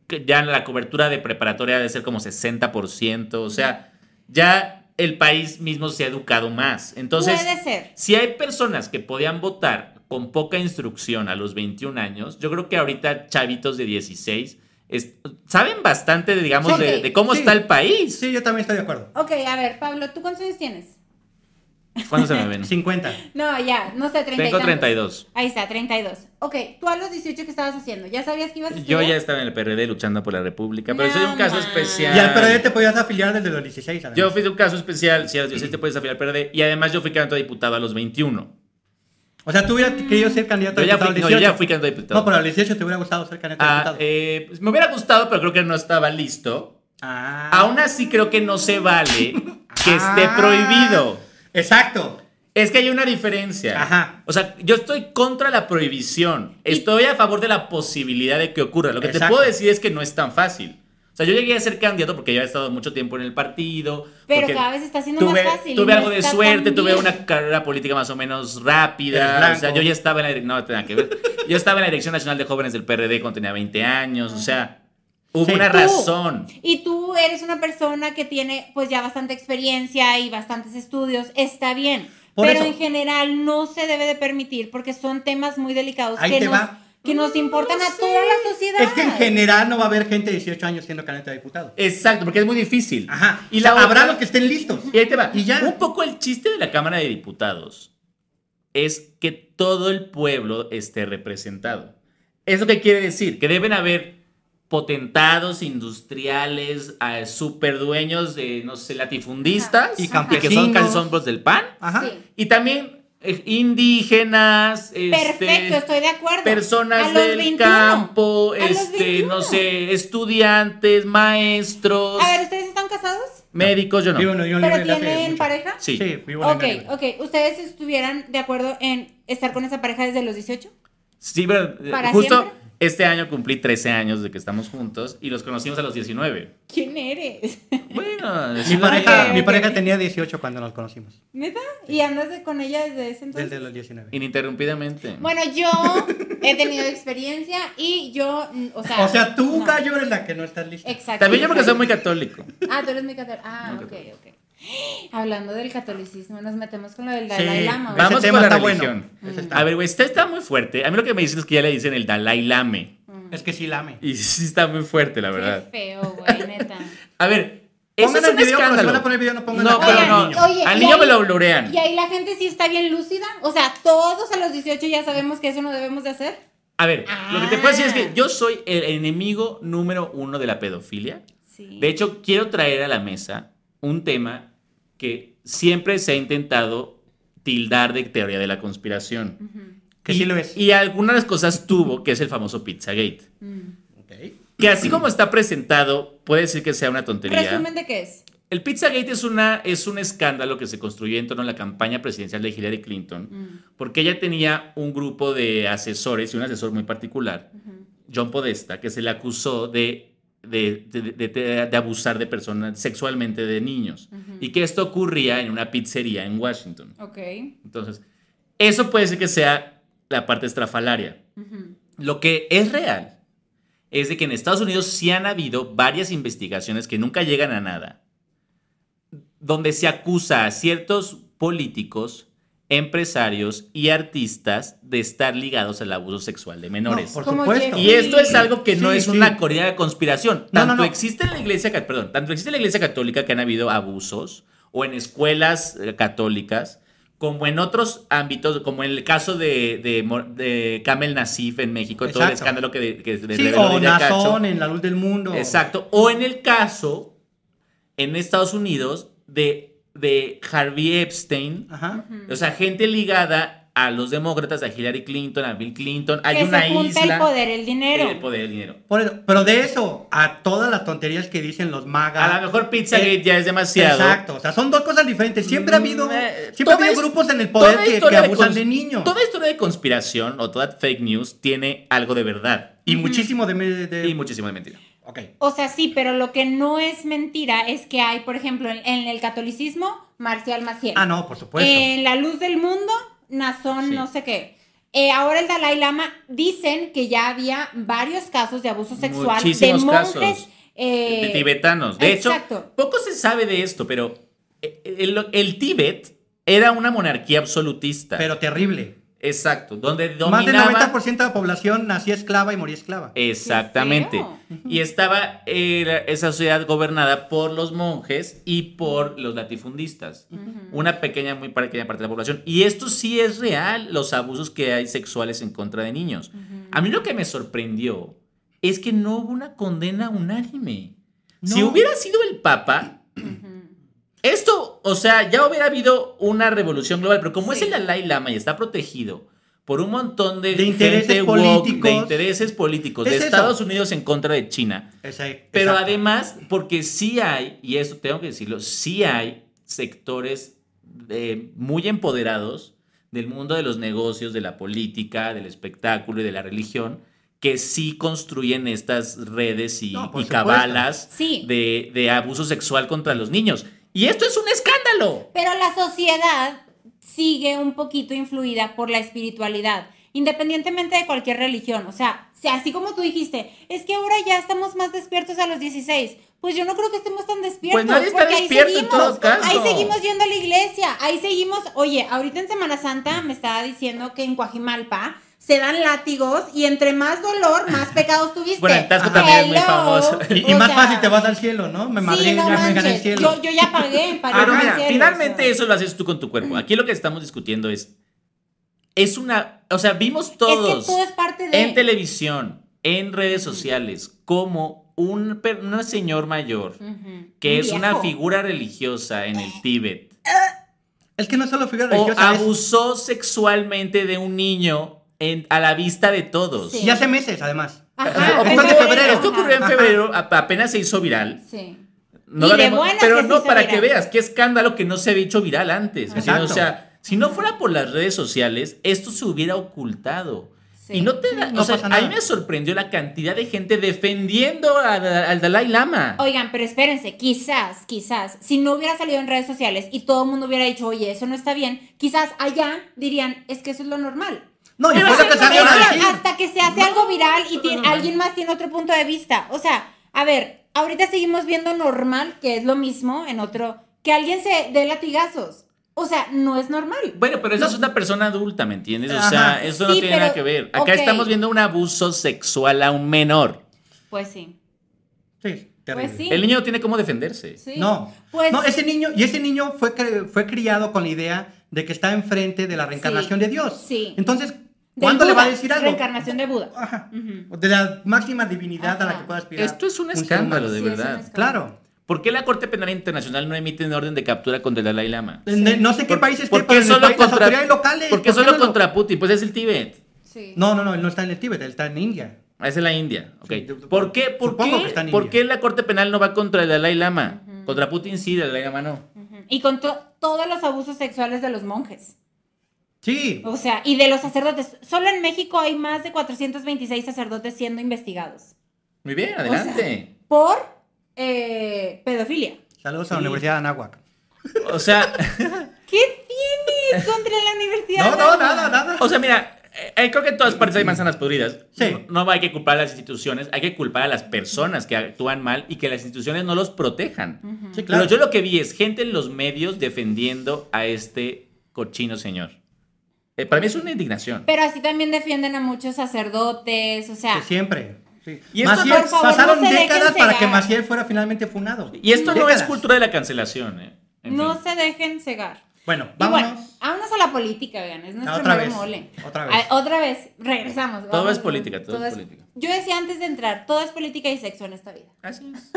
S1: que ya la cobertura de preparatoria debe ser como 60%, o sea, ya el país mismo se ha educado más. Entonces,
S3: Puede ser.
S1: si hay personas que podían votar con poca instrucción a los 21 años, yo creo que ahorita chavitos de 16 es- saben bastante, de, digamos,
S3: Sí.
S1: de, de cómo
S2: Sí.
S1: está el país.
S2: Sí, yo también estoy de acuerdo.
S3: Ok, a ver, Pablo, ¿tú cuántos años tienes?
S1: ¿Cuándo se me ven?
S2: 50.
S3: No, ya, no sé, 30 y
S1: Tengo
S3: tantos.
S1: 32.
S3: Ahí está, 32. Ok, tú a los 18, ¿qué estabas haciendo? ¿Ya sabías que ibas a
S1: Yo
S3: estudiar?
S1: ya estaba en el PRD luchando por la República, pero
S3: No
S1: soy un caso
S3: manches.
S1: especial.
S2: Y al PRD te podías afiliar desde los 16, además.
S1: Yo fui de un caso especial, si a los 16 te puedes desafiar al PRD, y además yo fui candidato a diputado a los 21.
S2: O sea, tú hubieras querido ser
S1: Yo
S2: candidato a
S1: ya
S2: diputado
S1: fui,
S2: al
S1: no, yo
S2: 18.
S1: ya fui candidato a diputado.
S2: No, pero al 18 te hubiera gustado ser candidato a
S1: Ah,
S2: diputado.
S1: eh, pues, me hubiera gustado, pero creo que no estaba listo.
S2: Ah.
S1: Aún así creo que no se vale que esté
S2: Ah.
S1: prohibido.
S2: Exacto.
S1: Es que hay una diferencia.
S2: Ajá.
S1: O sea, yo estoy contra la prohibición. Estoy a favor de la posibilidad de que ocurra. Lo que te
S2: Exacto.
S1: puedo decir es que no es tan fácil. O sea, yo llegué a ser candidato porque yo había estado mucho tiempo en el partido.
S3: Pero
S1: porque
S3: cada vez está siendo
S1: tuve,
S3: más fácil. y
S1: Tuve
S3: no
S1: algo de
S3: está tan
S1: suerte, tuve
S3: bien.
S1: una carrera política más o menos
S2: Eres
S1: rápida.
S2: blanco.
S1: O sea, yo ya estaba en la, dire- no, tenía que ver. Yo estaba en la Dirección Nacional de Jóvenes del PRD cuando tenía 20 años. O sea, hubo
S2: Sí.
S1: una
S3: Tú.
S1: razón.
S3: Y tú eres una persona que tiene pues ya bastante experiencia y bastantes estudios, está bien.
S2: Por
S3: pero
S2: eso.
S3: en general no se debe de permitir porque son temas muy delicados
S2: Ahí
S3: que
S2: te
S3: nos,
S2: va.
S3: que nos importan a toda la sociedad.
S2: Es que en general no va a haber gente de 18 años siendo candidato a diputado.
S1: Exacto, porque es muy difícil.
S2: Ajá.
S1: Y
S2: Y
S1: la
S2: habrá
S1: otra-
S2: los que estén listos.
S1: Y ahí te va.
S2: Y ya.
S1: Un poco el chiste de la Cámara de Diputados es que todo el pueblo esté representado. ¿Eso qué quiere decir? Que deben haber potentados, industriales, eh, superdueños de, no sé, latifundistas
S2: Y
S1: que son
S2: campesinos.
S1: calzombros del pan.
S2: Ajá.
S3: Sí.
S1: Y también eh, indígenas, este,
S3: Perfecto, estoy de acuerdo.
S1: personas
S3: A los
S1: del
S3: 21.
S1: campo,
S3: A los
S1: este,
S3: 21.
S1: no sé, estudiantes, maestros,
S3: A ver, ¿ustedes están casados?
S1: médicos, yo no.
S2: Vivo en Unión
S3: ¿Pero
S2: Libre desde hace
S3: tienen
S2: mucho.
S3: pareja?
S1: Sí.
S2: Sí, vivo en
S3: Ok,
S2: Unión Libre.
S3: ok. ¿Ustedes estuvieran de acuerdo en estar con esa pareja desde los 18?
S1: Sí, pero eh,
S3: ¿Para
S1: justo
S3: siempre?
S1: este año cumplí 13 años de que estamos juntos y los conocimos a los 19.
S3: ¿Quién eres?
S1: Bueno,
S2: Mi
S1: sí,
S2: pareja,
S1: vaya.
S2: mi
S3: ok.
S2: pareja tenía 18 cuando nos conocimos.
S3: ¿Neta? ¿Y andas de- con ella desde ese entonces?
S2: Desde los 19.
S1: ininterrumpidamente.
S3: Bueno, yo he tenido experiencia y yo, mm, o sea...
S2: O sea, tú,
S3: no.
S2: Gallo, eres la que no estás lista.
S3: Exacto.
S1: También yo porque soy muy católico.
S3: Ah, tú eres muy católico. Ah,
S1: Muy
S3: ok,
S1: católico.
S3: ok. Hablando del catolicismo, nos metemos con lo del
S2: Sí,
S3: Dalai Lama.
S2: ese
S3: ¿verdad?
S1: Vamos
S2: tema
S1: con la
S2: está bueno.
S1: religión.
S2: Ese está-
S1: A ver, güey, este está muy fuerte. A mí lo que me dicen es que ya le dicen el Dalai Lame.
S2: Es que sí lame.
S1: Y sí está muy fuerte, la
S3: mm. Qué
S1: verdad.
S3: feo, güey, neta.
S1: A ver, eso
S2: Pongan
S1: es
S2: el
S1: un
S2: video, pero si
S1: escándalo.
S2: van a poner video, no pongan
S1: No,
S2: la
S1: pero
S2: cara del
S1: no.
S2: niño.
S3: Oye,
S1: Al
S3: y
S1: niño
S3: ahí-
S1: me lo blurean.
S3: Y ahí la gente sí está bien lúcida. O sea, todos a los 18 ya sabemos que eso no debemos de hacer.
S1: A ver, lo que te puedo decir es que
S3: Ah.
S1: yo soy el enemigo número uno de la pedofilia.
S3: Sí.
S1: De hecho, quiero traer a la mesa un tema que siempre se ha intentado tildar de teoría de la conspiración.
S3: Ujú.
S2: Que
S1: Y-
S2: sí lo es.
S1: Y algunas las cosas tuvo, que es el famoso Pizzagate.
S3: Mm.
S2: Ok.
S1: Que así como está presentado, puede decir que sea una tontería.
S3: ¿Resumen de qué es?
S1: El Pizzagate es, una, es un escándalo que se construyó en torno a la campaña presidencial de Hillary Clinton,
S3: Mm,
S1: porque ella tenía un grupo de asesores y un asesor muy particular,
S3: ujú.
S1: John Podesta, que se le acusó de, de, de- de- de- de abusar de personas sexualmente de niños.
S3: Ujú.
S1: Y que esto ocurría en una pizzería en Washington.
S3: Ok.
S1: Entonces, eso puede ser que sea la parte estrafalaria.
S3: Ujú.
S1: Lo que es real es de que en Estados Unidos sí han habido varias investigaciones que nunca llegan a nada, donde se acusa a ciertos políticos, empresarios y artistas de estar ligados al abuso sexual de menores.
S2: No, por
S3: Como
S2: supuesto.
S1: Y esto es algo que no
S2: Sí,
S1: es
S2: sí.
S1: una corrida de conspiración.
S2: No,
S1: Tanto
S2: no, no.
S1: existe en la iglesia, ca- perdón, tanto existe en la iglesia católica que han habido abusos o en escuelas eh, católicas, como en otros ámbitos, como en el caso de, de, Mor- de Kamel Nasif en México, todo el
S2: Exacto.
S1: escándalo que, de- que se
S2: Sí,
S1: reveló
S2: o
S1: de Cacho.
S2: Nazón en la luz del mundo.
S1: Exacto. O en el caso en Estados Unidos de, de Harvey Epstein,
S2: Ajá.
S1: o sea, gente ligada a los demócratas, a Hillary Clinton, a Bill Clinton. Hay
S3: que
S1: una
S3: se junta
S1: isla.
S3: el poder, el dinero.
S1: El poder, el dinero.
S2: Por eso- pero de eso, a todas las tonterías que dicen los magas.
S1: A lo mejor Pizzagate ya es demasiado.
S2: Ah, eh, Exacto, o sea, son dos cosas diferentes. Siempre ha habido,
S1: Mm, eh,
S2: siempre ha
S1: toda
S2: habido
S1: his-
S2: grupos en el
S1: toda
S2: poder que, que
S1: historia
S2: abusan
S1: cons-
S2: de niños.
S1: Toda historia de conspiración o toda fake news tiene algo de verdad
S2: Y muchísimo de... me- de-
S1: y muchísimo de mentira.
S2: Ok.
S3: O sea, sí, pero lo que no es mentira es que hay, por ejemplo, en, en el catolicismo, Marcial Maciel.
S2: Ah, no, por supuesto.
S1: Eh,
S3: En La Luz del Mundo, Nazón,
S1: Sí.
S3: no sé qué. Eh, ahora el Dalai Lama dicen que ya había varios casos de abuso sexual
S1: Muchísimos
S3: de monjes
S1: casos.
S3: eh,
S1: de tibetanos. De hecho,
S3: exacto.
S1: poco se sabe de esto, pero eh, el, el- el Tíbet era una monarquía absolutista.
S2: pero terrible.
S1: Exacto, donde
S2: Más del
S1: dominaba Eh,
S2: 90% de la población nacía esclava y moría esclava.
S1: Exactamente.
S3: Qué
S1: Y estaba eh, la- esa ciudad gobernada por los monjes y por los latifundistas. Una pequeña, muy pequeña parte de la población. Y esto sí es real, los abusos que hay sexuales en contra de niños. A mí lo que me sorprendió es que no hubo una condena unánime. Si
S2: No.
S1: hubiera sido el Papa, esto, o sea, ya hubiera habido una revolución global, pero como es
S3: Sí.
S1: el Dalai Lama y está protegido por un montón de,
S2: De intereses
S1: gente woke, de
S2: políticos.
S1: intereses políticos, de
S2: Es eso.
S1: Estados Unidos en contra de China.
S2: Ese-
S1: Pero
S2: exacto.
S1: además, porque sí hay, y esto tengo que decirlo, sí hay sectores eh, muy empoderados del mundo de los negocios, de la política, del espectáculo y de la religión, que sí construyen estas redes y,
S2: No, por
S1: y
S2: supuesto.
S1: cabalas
S3: Sí.
S1: de, de abuso sexual contra los niños. Y esto es un escándalo.
S3: Pero la sociedad sigue un poquito influida por la espiritualidad, independientemente de cualquier religión. O sea, si- así como tú dijiste, es que ahora ya estamos más despiertos a los 16. Pues yo no creo que estemos tan despiertos.
S1: Pues nadie está
S3: porque ahí
S1: despierto en
S3: seguimos,
S1: todo caso.
S3: Ahí seguimos yendo a la iglesia, ahí seguimos. Oye, ahorita en Semana Santa me estaba diciendo que en Coajimalpa se dan látigos y entre más dolor, más pecados tuviste.
S1: Bueno, en Tasco
S3: Hello.
S1: también es muy famoso.
S2: Y, y
S3: O
S2: más
S3: sea,
S2: fácil te vas al cielo, ¿no? Me madré,
S3: Sí,
S2: ya
S3: no
S2: me gané el
S3: manches.
S2: cielo.
S3: Yo, yo ya pagué para
S1: Pero
S3: irme al
S1: mira,
S3: cielo,
S1: finalmente
S3: o sea.
S1: eso lo haces tú con tu cuerpo. Aquí lo que estamos discutiendo es, es una, o sea, vimos todos.
S3: Es que todo es parte de.
S1: en televisión, en redes sociales, como un, per- un señor mayor,
S3: Ujú.
S1: que
S3: Mm, Un
S1: es una
S3: viejo.
S1: figura religiosa en el Tíbet,
S2: Es que no es solo figura
S1: o
S2: religiosa, es-
S1: abusó sexualmente de un niño en- a la vista de todos.
S3: Sí. Ah,
S2: y hace meses, además.
S3: Ajá,
S2: Esto
S1: Esto-
S2: de febrero.
S1: Esto ocurrió en
S2: Ajá.
S1: febrero, a- apenas se hizo viral.
S3: Sí.
S1: No
S3: Y
S1: lo
S3: de
S1: habíamos-
S3: buenas
S1: pero
S3: que se
S1: no,
S3: hizo
S1: para que
S3: viral.
S1: veas qué escándalo que no se había hecho viral antes.
S2: Ajá.
S1: Es decir, o
S2: Exacto.
S1: sea, si no fuera por las redes sociales, esto se hubiera ocultado.
S3: Sí.
S1: Y no te da-
S2: No
S1: o sea,
S2: pasa
S1: a mí
S2: nada.
S1: me sorprendió la cantidad de gente defendiendo a- a- al Dalai Lama.
S3: Oigan, pero espérense, quizás, quizás, si no hubiera salido en redes sociales y todo el mundo hubiera dicho, oye, eso no está bien, quizás allá dirían, es que eso es lo normal.
S2: No, y
S1: Pero
S2: fue
S1: es
S2: lo que
S1: que
S2: salieron a
S1: es que
S2: decir.
S3: Hasta que se hace algo viral y tiene- alguien más tiene otro punto de vista. O sea, a ver, ahorita seguimos viendo normal, que es lo mismo en otro, que alguien se dé latigazos. O sea, no es normal.
S1: Bueno, pero esa es una persona adulta, ¿me entiendes? O
S2: Ajá.
S1: sea, eso no
S3: Sí,
S1: tiene
S3: pero-
S1: nada que ver. Acá
S3: ok.
S1: estamos viendo un abuso sexual a un menor.
S3: Pues sí.
S2: Sí, terrible.
S3: Pues sí.
S1: El niño no tiene cómo defenderse.
S3: Sí.
S2: No,
S3: Pues-
S2: no, ese niño, y ese niño fue, cre- fue criado con la idea de que está enfrente de la reencarnación
S3: Sí,
S2: de Dios.
S3: sí.
S2: Entonces,
S3: Del
S2: ¿cuándo le va a
S3: Buda,
S2: decir algo?
S3: Reencarnación de Buda.
S2: Ajá.
S3: Ujú.
S2: De la máxima divinidad a la
S3: Ajá.
S2: que pueda aspirar.
S1: Esto es un
S2: ser
S1: escándalo, de
S3: Sí, es un
S1: verdad.
S2: humano. Claro.
S1: ¿Por qué la Corte Penal Internacional no emite una orden de captura contra el Dalai Lama?
S2: Ne- No sé qué
S1: ¿Por-
S2: país esté,
S1: por qué
S2: pero en el
S1: solo
S2: país, las
S1: contra-
S2: autoridades locales.
S1: ¿Por qué solo
S2: no lo-
S1: contra Putin? Pues es el Tíbet.
S3: Sí.
S2: No, no, no, él no está en el Tíbet, él está en India.
S1: Ah, Es en la India. ok.
S2: Sí, yo-
S1: ¿Por qué? ¿Por
S2: supongo
S1: qué?
S2: que está en
S1: ¿Por
S2: India.
S1: qué la Corte Penal no va contra el Dalai Lama? Contra Putin sí, el Dalai Lama no.
S3: Ujú. Y con to- todos los abusos sexuales de los monjes.
S2: Sí.
S3: O sea, y de los sacerdotes. Solo en México hay más de 426 sacerdotes siendo investigados.
S1: Muy bien,
S3: O sea,
S1: adelante.
S3: por eh, pedofilia.
S2: Saludos a la
S1: Sí.
S2: Universidad de Anáhuac.
S1: O sea,
S3: ¿Qué tienes contra la universidad?
S2: No, no,
S3: Ana?
S2: nada, nada.
S1: o sea, mira, eh, eh, creo que en todas partes hay manzanas podridas.
S2: Sí.
S1: No, no hay que culpar a las instituciones, hay que culpar a las personas que actúan mal y que las instituciones no los protejan.
S2: Sí, claro.
S1: Pero yo lo que vi es gente en los medios defendiendo a este cochino señor. Eh, para mí es una indignación.
S3: Pero así también defienden a muchos sacerdotes, o sea.
S2: Que siempre. Sí.
S1: Y esto,
S2: Maciel-
S3: por favor,
S2: pasaron
S3: no se dejen
S2: décadas para que
S3: cegar.
S2: Maciel fuera finalmente funado.
S1: Y esto no es
S2: Décadas.
S1: cultura de la cancelación. eh. En
S3: No
S1: fin.
S3: se dejen cegar.
S2: Bueno,
S3: Y
S2: vámonos.
S3: bueno, vámonos a la política, vean, es nuestro
S2: otra
S3: mero
S2: vez,
S3: mole.
S2: otra vez.
S3: A- otra vez, regresamos.
S1: Todo
S3: vamos,
S1: es política, todo es política.
S3: Yo decía antes de entrar, todo es política y sexo en esta vida.
S1: Así es.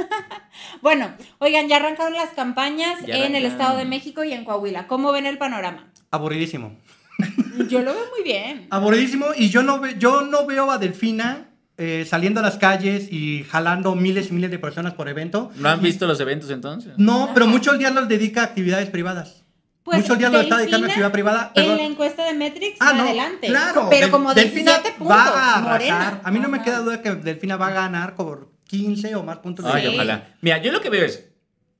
S3: Bueno, oigan, ya arrancaron las campañas
S1: Ya
S3: en
S1: arrancaron.
S3: el Estado de México y en Coahuila. ¿Cómo ven el panorama?
S2: Aburridísimo.
S3: Yo lo veo muy bien.
S2: Aburridísimo. Y yo no, ve- yo no veo a Delfina eh, saliendo a las calles y jalando miles y miles de personas por evento.
S1: ¿No han visto los eventos entonces?
S2: No, pero mucho el día los dedica a actividades privadas. mucho el día lo está dedicando a
S3: Pues, Delfina,
S2: actividad privada.
S3: En
S2: perdón.
S3: la encuesta de Metrix,
S2: Ah, no,
S3: adelante.
S2: claro.
S3: Pero
S2: Del-
S3: como
S2: Delfina
S3: 17 puntos,
S2: va a arrasar.
S3: morena.
S2: A mí no me
S3: Ajá.
S2: queda duda que Delfina va a ganar por 15 o más puntos. de
S1: Ay,
S3: Sí.
S1: ojalá. Mira, yo lo que veo es,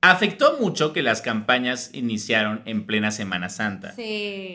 S1: afectó mucho que las campañas iniciaron en plena Semana Santa.
S3: Sí.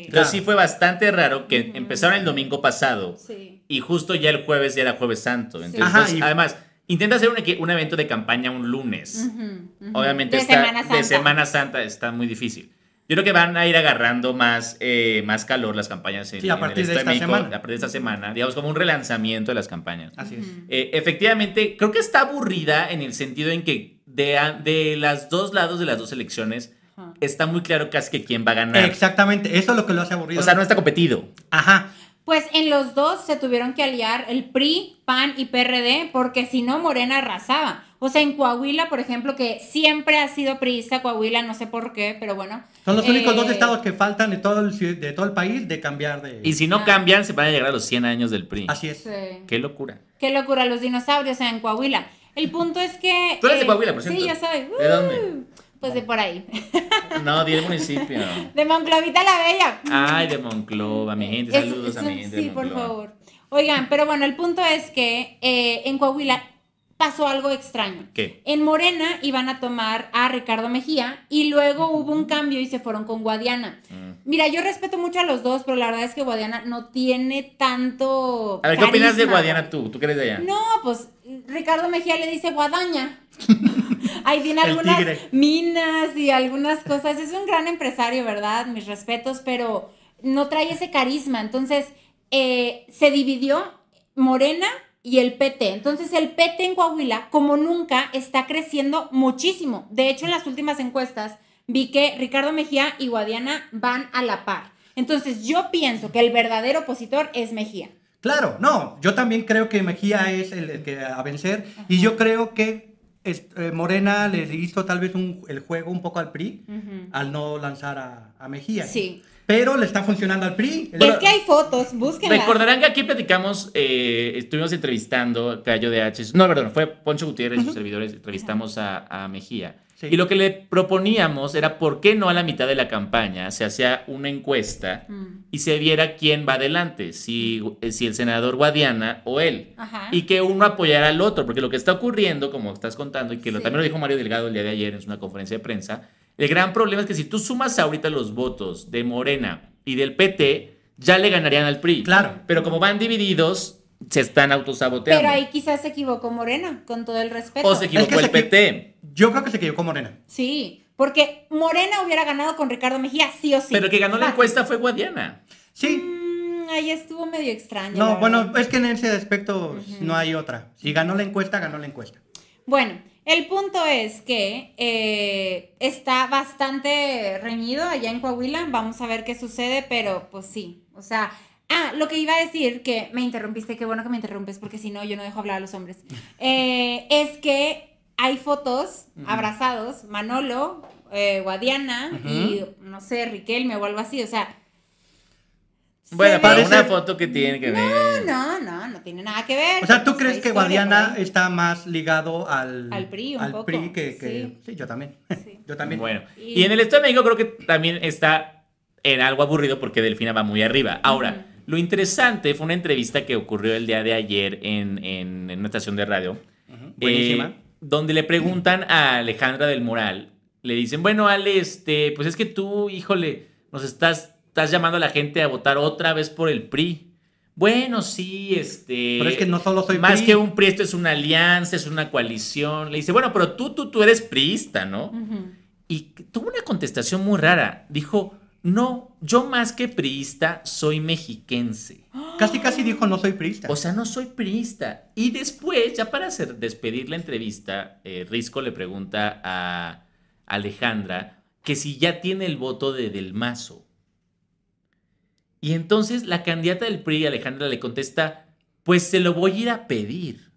S1: Entonces
S2: Claro.
S1: sí fue bastante raro que empezaron el domingo pasado
S3: Sí.
S1: y justo ya el jueves ya era jueves santo.
S3: Sí.
S1: Entonces,
S2: Ajá,
S1: pues,
S2: y-
S1: además, intenta hacer un, equi- un evento de campaña un lunes.
S3: Ujú, ujú.
S1: Obviamente
S3: de
S1: está,
S3: Semana Santa.
S1: de Semana Santa está muy difícil. Yo creo que van a ir agarrando más, eh, más calor las campañas en,
S2: Sí, a
S1: en el
S2: partir de
S1: Estado
S2: esta
S1: México,
S2: semana.
S1: a partir de esta semana, digamos como un relanzamiento de las campañas.
S2: Así es.
S1: Eh, efectivamente, creo que está aburrida en el sentido en que de, a- de las dos lados de las dos elecciones
S3: Ajá.
S1: está muy claro casi que quién va a ganar.
S2: Exactamente. Eso es lo que lo hace aburrido.
S1: O sea, no está competido.
S2: Ajá.
S3: Pues en los dos se tuvieron que aliar el PRI, PAN y PRD, porque si no, Morena arrasaba. O sea, en Coahuila, por ejemplo, que siempre ha sido priista Coahuila, no sé por qué, pero bueno.
S2: Son los
S3: Eh,
S2: únicos dos estados que faltan de todo el, ci- de todo el país de cambiar de...
S1: Y si no
S3: Ah.
S1: cambian, se van a llegar a los 100 años del PRI.
S2: Así es.
S3: sí.
S1: Qué locura.
S3: Qué locura, los dinosaurios en Coahuila. El punto es que. eh,
S1: Tú eres de Coahuila, por
S3: Sí,
S1: cierto.
S3: yo soy.
S1: ¿De dónde?
S3: Pues de por ahí.
S1: No, 10 municipios.
S3: De Monclovita la Bella.
S1: Ay, de Monclova, mi gente.
S3: Es-
S1: Saludos a
S3: es
S1: mi
S3: un-
S1: gente. de
S3: Sí, por
S1: Monclova.
S3: favor. Oigan, pero bueno, el punto es que eh, en Coahuila pasó algo extraño.
S1: ¿Qué?
S3: En Morena iban a tomar a Ricardo Mejía y luego hubo un cambio y se fueron con Guadiana.
S1: Mm.
S3: Mira, yo respeto mucho a los dos, pero la verdad es que Guadiana no tiene tanto.
S1: A ver, ¿qué opinas de
S3: carisma.
S1: Guadiana tú? ¿Tú crees de allá?
S3: No, pues Ricardo Mejía le dice guadaña. Ahí tiene
S2: El
S3: algunas
S2: tigre.
S3: minas y algunas cosas. Es un gran empresario, ¿verdad? Mis respetos, pero no trae ese carisma. Entonces, eh, se dividió Morena y el PT. Entonces, el PT en Coahuila, como nunca, está creciendo muchísimo. De hecho, en las últimas encuestas vi que Ricardo Mejía y Guadiana van a la par. Entonces, yo pienso que el verdadero opositor es Mejía.
S2: Claro, no, yo también creo que Mejía es el, el que a vencer y yo creo que es- eh, Morena le hizo tal vez un- el juego un poco al PRI
S3: Ujú.
S2: al no lanzar a, a Mejía.
S3: Sí.
S2: Pero le está funcionando al PRI.
S3: es que hay fotos, búsquenlas.
S1: Recordarán que aquí platicamos, eh, estuvimos entrevistando a Cayo de H. No, perdón, fue Poncho Gutiérrez y sus servidores, entrevistamos a, a Mejía.
S2: Sí.
S1: Y lo que le proponíamos era por qué no a la mitad de la campaña se hacía una encuesta
S3: Mm.
S1: y se viera quién va adelante, si, eh, si el senador Guadiana o él.
S3: Ajá.
S1: Y que uno apoyara al otro, porque lo que está ocurriendo, como estás contando, y que lo,
S3: Sí.
S1: también lo dijo Mario Delgado el día de ayer en una conferencia de prensa, el gran problema es que si tú sumas ahorita los votos de Morena y del PT, ya le ganarían al PRI.
S2: Claro.
S1: Pero como van divididos, se están autosaboteando.
S3: Pero ahí quizás se equivocó Morena, con todo el respeto.
S1: o se equivocó
S2: Es que
S1: el
S2: se equi-
S1: PT.
S2: Yo creo que se equivocó Morena.
S3: Sí, porque Morena hubiera ganado con Ricardo Mejía, sí o sí. Ah.
S1: Pero el que ganó la
S3: Fácil.
S1: encuesta fue Guadiana.
S2: Sí,
S3: Mm, ahí estuvo medio extraño. la
S2: no,
S3: verdad.
S2: bueno, es que en ese aspecto no hay otra. Si ganó la encuesta, ganó la encuesta.
S3: Bueno, el punto es que eh, está bastante reñido allá en Coahuila. Vamos a ver qué sucede, pero pues sí. O sea, ah, lo que iba a decir, que me interrumpiste, qué bueno que me interrumpes, porque si no, yo no dejo hablar a los hombres. Eh, es que hay fotos abrazados, Manolo, eh, Guadiana y no sé, Riquelme o algo así. O sea, se
S1: Bueno,
S3: ve-
S1: para
S2: parece-
S1: una foto que tiene que ver.
S3: No, no, no tiene nada que ver.
S2: O sea, ¿tú
S3: Esa
S2: crees que
S3: historia
S2: Guadiana
S3: por ahí.
S2: está más ligado al,
S3: Al PRI un
S2: al
S3: poco,
S2: PRI que, que-
S3: sí.
S2: Sí. yo también.
S3: Sí.
S2: Yo también.
S1: Bueno,
S3: Y-
S1: y... en el Estado de México creo que también está en algo aburrido porque Delfina va muy arriba. Ahora, lo interesante fue una entrevista que ocurrió el día de ayer en, en- en una estación de radio.
S2: Ujú, Buenísima.
S1: eh, donde le preguntan a Alejandra del Moral. Le dicen, bueno, Ale, este, pues es que tú, híjole, nos estás, estás llamando a la gente a votar otra vez por el PRI. Bueno, sí, este.
S2: Pero es que no solo soy
S1: Más
S2: PRI.
S1: que un PRI, esto es una alianza, es una coalición. Le dice, bueno, pero tú, tú, tú eres priista, ¿no?
S3: Ujú.
S1: Y tuvo una contestación muy rara. Dijo, no, yo más que priista soy mexiquense.
S2: Casi, casi dijo no soy priista.
S1: O sea, no soy priista. Y después, ya para hacer, despedir la entrevista, eh, Risco le pregunta a Alejandra que si ya tiene el voto de Del Mazo. Y entonces la candidata del PRI, Alejandra, le contesta, pues se lo voy a ir a pedir.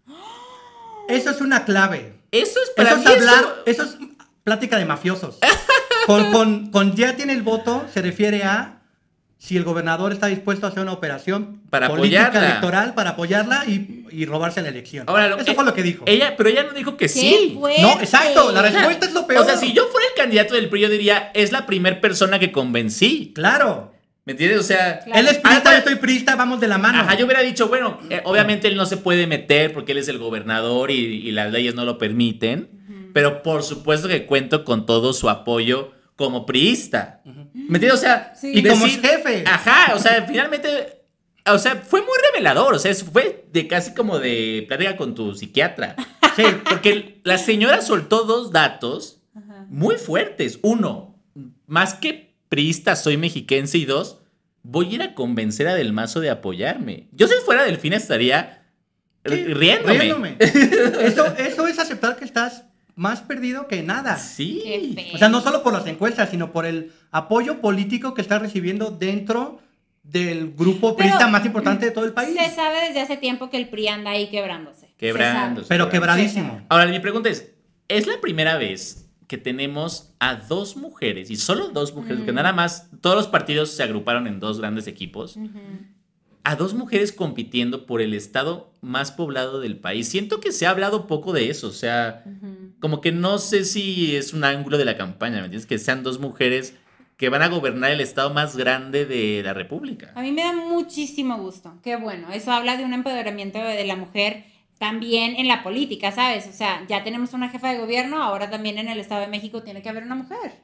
S2: Eso es una clave.
S1: Eso es para
S2: Eso es
S1: mí, eso-
S2: hablar, eso... es plática de mafiosos. con, con- con ya tiene el voto se refiere a si el gobernador está dispuesto a hacer una operación
S1: Para
S2: política
S1: apoyarla.
S2: electoral para apoyarla y, y robarse la elección.
S1: Ahora, lo-
S2: Eso fue lo que dijo.
S1: Ella, pero ella no dijo que
S3: ¿Qué
S1: sí.
S3: fuerte?
S2: No, exacto, la respuesta es lo peor.
S1: O sea, si yo fuera el candidato del PRI, yo diría, es la primer persona que convencí.
S2: Claro.
S1: ¿Me entiendes? O sea,
S3: Claro.
S2: Él es priista,
S1: Ah,
S2: yo estoy priista, vamos de la mano.
S1: Ajá, yo hubiera dicho, bueno, eh, obviamente él no se puede meter porque él es el gobernador y, y las leyes no lo permiten, pero por supuesto que cuento con todo su apoyo como priista. ¿Me entiendes? O sea,
S3: Sí.
S2: Y como jefe.
S1: Ajá, o sea, finalmente, o sea, fue muy revelador, o sea, es- fue de casi como de plática con tu psiquiatra,
S2: Sí.
S1: porque la señora soltó dos datos
S3: Ajá.
S1: muy fuertes. Uno, más que priista soy mexiquense y dos, voy a ir a convencer a Del Mazo de apoyarme. Yo si fuera Delfina estaría ri- riéndome.
S2: riéndome. Eso, eso es aceptar que estás más perdido que nada.
S1: Sí.
S3: Qué feo.
S2: O sea, no solo por las encuestas, sino por el apoyo político que estás recibiendo dentro del grupo
S3: Pero-
S2: priista más importante de todo el país.
S3: Se sabe desde hace tiempo que el PRI anda ahí quebrándose.
S1: Quebrándose.
S3: Se sabe.
S2: Pero quebradísimo.
S1: Ahora, mi pregunta es, ¿es la primera vez que tenemos a dos mujeres, y solo dos mujeres, porque nada más todos los partidos se agruparon en dos grandes equipos,
S3: Ujú.
S1: a dos mujeres compitiendo por el estado más poblado del país? Siento que se ha hablado poco de eso, o sea...
S3: Ujú.
S1: como que no sé si es un ángulo de la campaña, ¿me entiendes? Que sean dos mujeres que van a gobernar el estado más grande de la República.
S3: A mí me da muchísimo gusto. Qué bueno. Eso habla de un empoderamiento de la mujer también en la política, ¿sabes? O sea, ya tenemos una jefa de gobierno, ahora también en el Estado de México tiene que haber una mujer.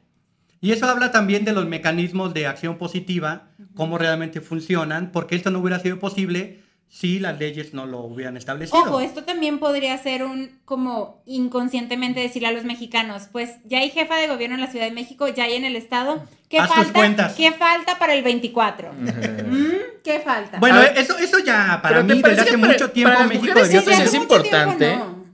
S2: Y eso habla también de los mecanismos de acción positiva, cómo realmente funcionan, porque esto no hubiera sido posible si las leyes no lo hubieran establecido.
S3: Ojo, esto también podría ser un como inconscientemente decirle a los mexicanos, pues ya hay jefa de gobierno en la Ciudad de México, ya hay en el estado, ¿qué
S2: Haz tus
S3: falta?
S2: cuentas.
S3: ¿Qué falta para el 24? ¿Mm? ¿Qué falta?
S2: Bueno,
S1: A ver.
S2: eso, eso ya para
S1: Pero ¿te
S2: mí
S1: parece
S2: desde hace
S1: que para-
S2: mucho tiempo
S1: para las
S2: México
S1: mujeres
S2: debió
S1: sí es
S2: tener-
S3: hace mucho
S1: importante.
S3: tiempo no.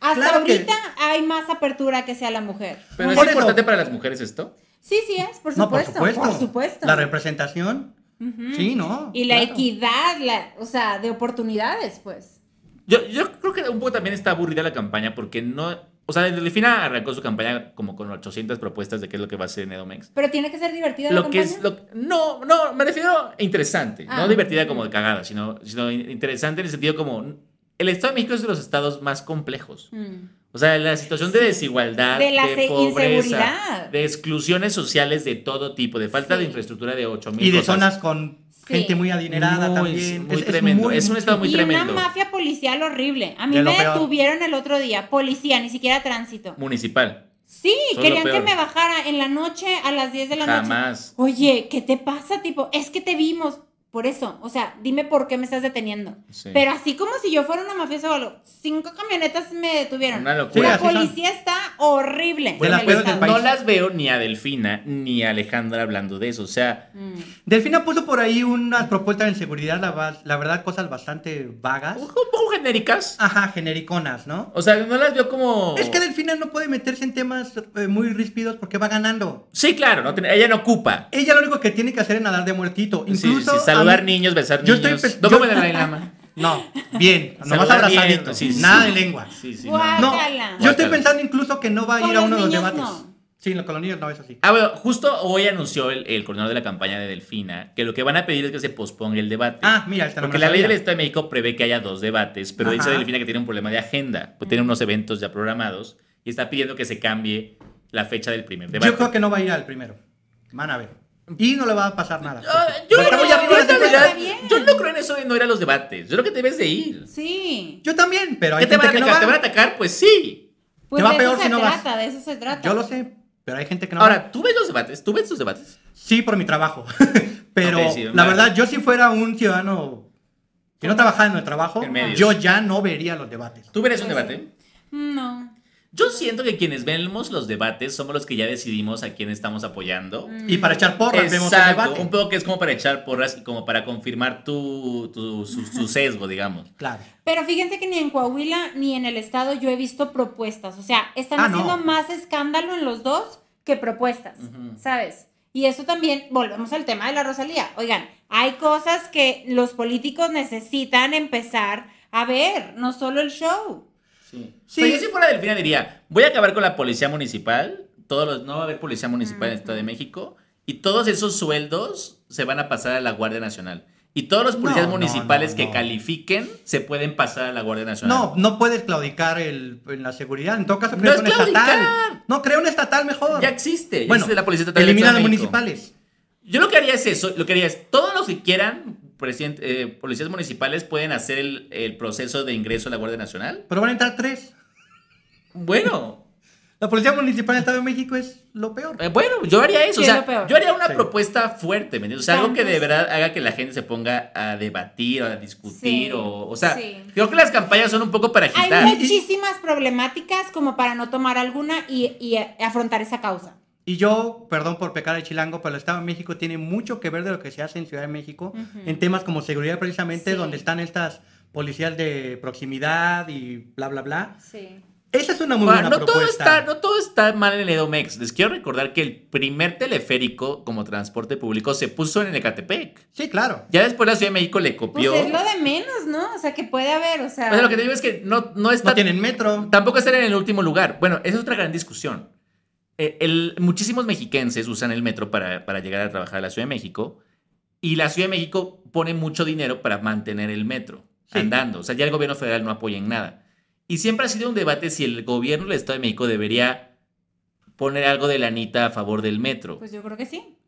S3: Hasta
S2: Claro que-
S3: ahorita hay más apertura que sea la mujer.
S1: Pero
S2: Por
S1: es
S2: eso-
S1: importante para las mujeres esto.
S3: Sí, sí es, por
S2: No, por
S3: supuesto.
S2: supuesto.
S3: por supuesto.
S2: La representación.
S3: Ujú.
S2: Sí, no.
S3: Y la
S2: claro.
S3: equidad, la, o sea, de oportunidades, pues.
S1: Yo, yo creo que un poco también está aburrida la campaña porque no... O sea, Delfina arrancó su campaña como con 800 propuestas de qué es lo que va a hacer en Edomex.
S3: Pero tiene que ser divertida la
S1: Lo que
S3: campaña.
S1: es... Lo, no, no, me refiero a interesante.
S3: Ah.
S1: No divertida como de cagada, sino, sino interesante en el sentido como... El Estado de México es de los estados más complejos.
S3: Mm.
S1: O sea, la situación de desigualdad, de,
S3: De la se-
S1: pobreza,
S3: inseguridad.
S1: de exclusiones sociales de todo tipo, de falta de
S3: Sí.
S1: infraestructura de 8000
S2: Y de
S1: cosas.
S2: zonas con
S3: Sí.
S2: gente muy adinerada
S1: Muy,
S2: también.
S1: muy tremendo. Es un estado muy
S3: y
S1: tremendo.
S3: una mafia policial horrible. A mí
S2: De lo
S3: me
S2: peor.
S3: detuvieron el otro día, policía, ni siquiera tránsito.
S1: municipal.
S3: Sí,
S1: Son
S3: querían
S1: lo
S3: que
S1: peor.
S3: me bajara en la noche a las 10 de la
S1: Jamás.
S3: noche. Oye, ¿qué te pasa, tipo? Es que te vimos. Por eso, o sea, dime por qué me estás deteniendo.
S1: Sí.
S3: Pero así como si yo fuera una mafiosa o algo, cinco camionetas me detuvieron.
S1: Una locura.
S2: Sí,
S3: La
S2: así son.
S3: policía está horrible.
S2: De
S3: en
S2: las peores
S3: el
S2: del
S3: estado.
S1: Pues, No
S2: país.
S1: las veo ni a Delfina ni a Alejandra hablando de eso. O sea,
S3: Mm.
S2: Delfina puso por ahí unas propuestas en seguridad, la, va- la verdad, cosas bastante vagas.
S1: un poco genéricas.
S2: Ajá, genericonas, ¿no?
S1: O sea, no las veo como.
S2: Es que Delfina no puede meterse en temas eh, muy ríspidos porque va ganando.
S1: Sí, claro, no tiene- ella no ocupa.
S2: Ella lo único que tiene que hacer es nadar de muertito.
S1: Sí, sí,
S2: Incluso
S1: sí, saludar
S2: a mí-
S1: niños, besar
S2: Yo estoy
S1: niños.
S2: pes-
S1: no
S2: yo-
S1: como el Dalai Lama.
S2: No, bien, nomás
S1: Saludar
S2: abrazadito.
S1: nietos, sí, sí,
S2: nada
S1: sí.
S2: de lengua.
S1: Sí, sí,
S3: Guau.
S1: no.
S2: No,
S3: Guácala.
S2: yo estoy
S1: Guácala.
S2: pensando incluso que no va a
S3: Con
S2: ir a
S3: los
S2: uno de los
S3: niños,
S2: debates.
S3: no.
S2: Sí, con los niños no es así.
S1: Ah, bueno, justo hoy anunció el, el coordinador de la campaña de Delfina que lo que van a pedir es que se posponga el debate.
S2: Ah, mira, esta no
S1: Porque
S2: me la
S1: la ley
S2: sabía.
S1: del Estado de México prevé que haya dos debates, pero dice
S2: Ajá.
S1: Delfina que tiene un problema de agenda, pues tiene unos eventos ya programados y está pidiendo que se cambie la fecha del primer debate.
S2: Yo creo que no va a ir al primero. Van a ver. Y no le va a pasar nada.
S1: Ah, yo,
S2: Porque
S1: creo-
S2: voy
S1: yo
S2: a ver
S1: en
S2: las encuestas.
S1: realidad-
S3: bien.
S1: yo no creo en eso de no ir a los debates. Yo creo que debes de ir.
S3: Sí.
S2: Yo también, pero hay
S1: ¿Qué te
S2: gente
S1: van a
S2: que no
S1: atacar? ¿Te van a
S2: va.
S1: atacar? Pues sí.
S3: Pues
S2: va
S3: de
S2: peor
S3: eso
S2: si
S3: se
S2: no vas.
S3: trata, de eso se trata.
S2: Yo lo sé, pero hay gente que no va.
S1: Ahora, ¿tú ves los debates? ¿Tú ves los debates?
S2: Sí, por mi trabajo. pero
S1: Ok, sí,
S2: la
S1: vale.
S2: verdad, yo si fuera un ciudadano que no trabajara en el trabajo,
S1: En medios.
S2: yo ya no vería los debates.
S1: ¿Tú verías un
S3: Pues sí.
S1: debate?
S3: No.
S1: Yo siento que quienes vemos los debates somos los que ya decidimos a quién estamos apoyando.
S2: Y
S3: Mm.
S2: para echar porras vemos el
S1: Exacto,
S2: debate.
S1: un poco que es como para echar porras y como para confirmar tu, tu- su, su sesgo, digamos.
S2: Claro.
S3: Pero fíjense que ni en Coahuila ni en el estado yo he visto propuestas. O sea, están
S2: Ah,
S3: haciendo
S2: no.
S3: más escándalo en los dos que propuestas, ¿sabes? Y eso también, volvemos al tema de la Rosalía. Oigan, hay cosas que los políticos necesitan empezar a ver, no solo el show.
S1: Sí.
S2: Sí.
S1: yo si fuera Delfina diría, voy a acabar con la policía municipal, todos los, no va a haber policía municipal en el Estado de México, Y todos esos sueldos se van a pasar a la Guardia Nacional. Y todos los policías
S2: No, no,
S1: municipales
S2: no,
S1: que
S2: no.
S1: califiquen se pueden pasar a la Guardia Nacional.
S2: No, no puedes claudicar el, en la seguridad. En todo caso,
S1: No
S2: crea
S1: es
S2: un estatal.
S1: claudicar.
S2: No, crea un estatal mejor.
S1: Ya existe. ya
S2: bueno,
S1: existe la Policía Estatal de
S2: elimina
S1: Ciudad
S2: los
S1: de México.
S2: municipales.
S1: Yo lo que haría es eso. Lo que haría es todos los que quieran, presidente, eh, policías municipales, pueden hacer el, el proceso de ingreso a la Guardia Nacional.
S2: Pero van a entrar tres.
S1: Bueno,
S2: La Policía Municipal del Estado de México es lo peor.
S1: Eh, Bueno, yo haría eso. o
S3: Sí, es
S1: sea,
S3: lo peor.
S1: yo haría una
S2: Sí.
S1: propuesta fuerte, ¿me entiendes? O sea, algo que de
S3: Vamos.
S1: verdad haga que la gente se ponga a debatir, a discutir,
S3: Sí,
S1: o. O sea,
S3: sí.
S1: creo que las campañas son un poco para agitar.
S3: Hay muchísimas problemáticas como para no tomar alguna y, y afrontar esa causa.
S2: Y yo, perdón por pecar de chilango, pero el Estado de México tiene mucho que ver de lo que se hace en Ciudad de México
S3: Ujú.
S2: en temas como seguridad precisamente,
S3: Sí.
S2: donde están estas policías de proximidad y bla, bla, bla.
S3: Sí.
S2: Esa es una muy
S1: Ahora,
S2: buena
S1: Ah, no, todo
S2: propuesta.
S1: está, no todo está mal en el Edomex. Les quiero recordar que el primer teleférico como transporte público se puso en el Ecatepec.
S2: Sí, claro.
S1: Ya después la Ciudad de México le
S3: Pues
S1: copió.
S3: es lo de menos, ¿no? O sea, que puede haber, o sea.
S1: O sea, lo que te digo es que no, no está
S2: No tienen metro.
S1: Tampoco estar en el último lugar. Bueno, esa es otra gran discusión. Eh, el- muchísimos mexiquenses usan el metro para, para llegar a trabajar a la Ciudad de México y la Ciudad de México pone mucho dinero para mantener el metro
S2: Sí.
S1: andando. O sea, ya el gobierno federal no apoya en nada. Y siempre ha sido un debate si el gobierno del Estado de México debería poner algo de lanita a favor del metro.
S3: Pues yo creo que sí.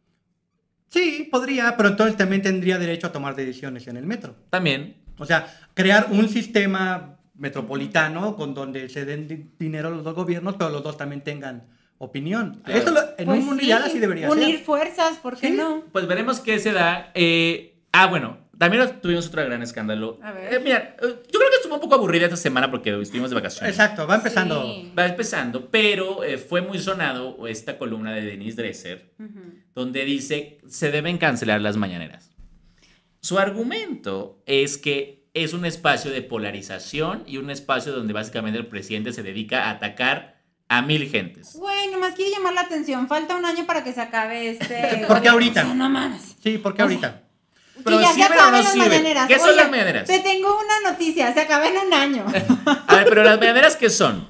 S2: Sí, podría, pero entonces también tendría derecho a tomar decisiones en el metro.
S1: También.
S2: O sea, crear un sistema metropolitano con donde se den di- dinero a los dos gobiernos, pero los dos también tengan opinión.
S1: Claro.
S2: Esto lo- en
S3: Pues
S2: un
S3: sí,
S2: mundial así debería
S3: Unir
S2: ser.
S3: fuerzas, ¿por qué
S2: Sí.
S3: no?
S1: Pues veremos qué se da. Eh, ah, bueno, también tuvimos otro gran escándalo.
S3: A ver.
S1: Eh, mira, eh, yo creo que estuvo un poco aburrida esta semana porque estuvimos de vacaciones.
S2: Exacto, va empezando.
S3: Sí.
S1: Va empezando, pero eh, fue muy sonado esta columna de Denise Dresser,
S3: Ujú.
S1: donde dice se deben cancelar las mañaneras. Su argumento es que es un espacio de polarización y un espacio donde básicamente el presidente se dedica a atacar a mil gentes.
S3: Güey, nomás quiere llamar la atención. Falta un año para que se acabe este.
S2: ¿Por qué ahorita?
S3: O sea, no mames.
S2: Sí, porque ahorita.
S1: Pero
S3: que ya se
S1: sirven o
S3: acaben
S1: no
S3: las
S1: sirven.
S3: mañaneras.
S1: ¿Qué son
S3: Oye,
S1: las mañaneras?
S3: Te tengo una noticia. Se acaba en un año.
S1: A ver, pero las mañaneras ¿qué son?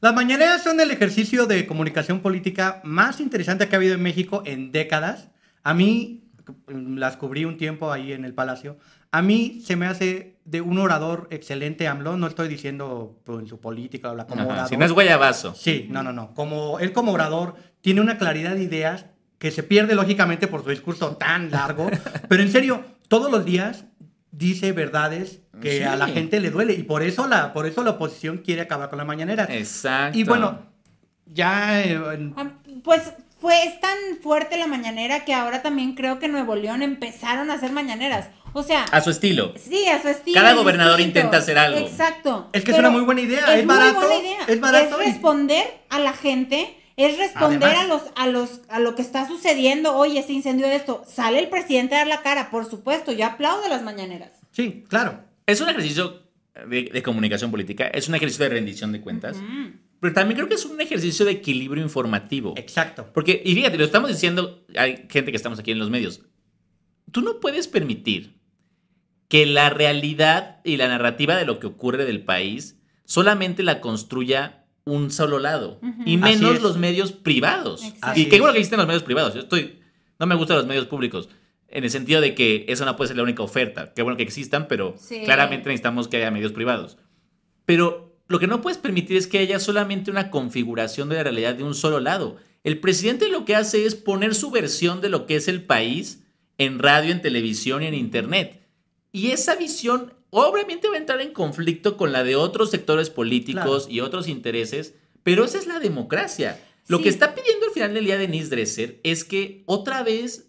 S2: Las mañaneras son el ejercicio de comunicación política más interesante que ha habido en México en décadas. A mí, las cubrí un tiempo ahí en el Palacio, a mí se me hace de un orador excelente AMLO, no estoy diciendo pues, en su política, bla, como
S1: Ajá,
S2: orador.
S1: si no es guayabazo.
S2: Sí, no, no, no. Como él como orador tiene una claridad de ideas que se pierde lógicamente por su discurso tan largo, pero en serio, todos los días dice verdades que
S1: Sí.
S2: a la gente le duele y por eso la por eso la oposición quiere acabar con la mañanera.
S1: Exacto.
S2: Y bueno, ya eh, en-
S3: Ah, Pues fue es tan fuerte la mañanera que ahora también creo que en Nuevo León empezaron a hacer mañaneras. O sea,
S1: a su estilo.
S3: sí, a su estilo.
S1: Cada
S3: es
S1: gobernador intenta hacer algo.
S3: Exacto.
S2: Es que es una muy buena idea, es
S3: muy
S2: barato,
S3: buena idea.
S2: es barato
S3: Es
S2: y-
S3: responder a la gente. Es responder a los,
S2: Además.
S3: a los, a lo que está sucediendo. Oye, se incendió esto. Sale el presidente a dar la cara, por supuesto. Yo aplaudo las mañaneras.
S2: sí, claro.
S1: Es un ejercicio de, de comunicación política, es un ejercicio de rendición de cuentas,
S3: Mm.
S1: pero también creo que es un ejercicio de equilibrio informativo.
S2: Exacto.
S1: Porque, y fíjate, lo estamos diciendo, hay gente que estamos aquí en los medios, tú no puedes permitir que la realidad y la narrativa de lo que ocurre del país solamente la construya un solo lado,
S3: Ujú.
S1: y
S2: Así
S1: menos
S2: es.
S1: los medios privados.
S3: Exacto.
S1: Y
S2: Así
S1: qué bueno
S2: es.
S1: que existen los medios privados, yo estoy, no me gustan los medios públicos. En el sentido de que esa no puede ser la única oferta. Qué bueno que existan, pero
S3: Sí.
S1: claramente necesitamos que haya medios privados. Pero lo que no puedes permitir es que haya solamente una configuración de la realidad de un solo lado. El presidente lo que hace es poner su versión de lo que es el país en radio, en televisión y en internet. Y esa visión obviamente va a entrar en conflicto con la de otros sectores políticos y otros intereses, pero esa es la democracia. Lo
S3: Sí.
S1: que está pidiendo al final del día Denise Dresser es que otra vez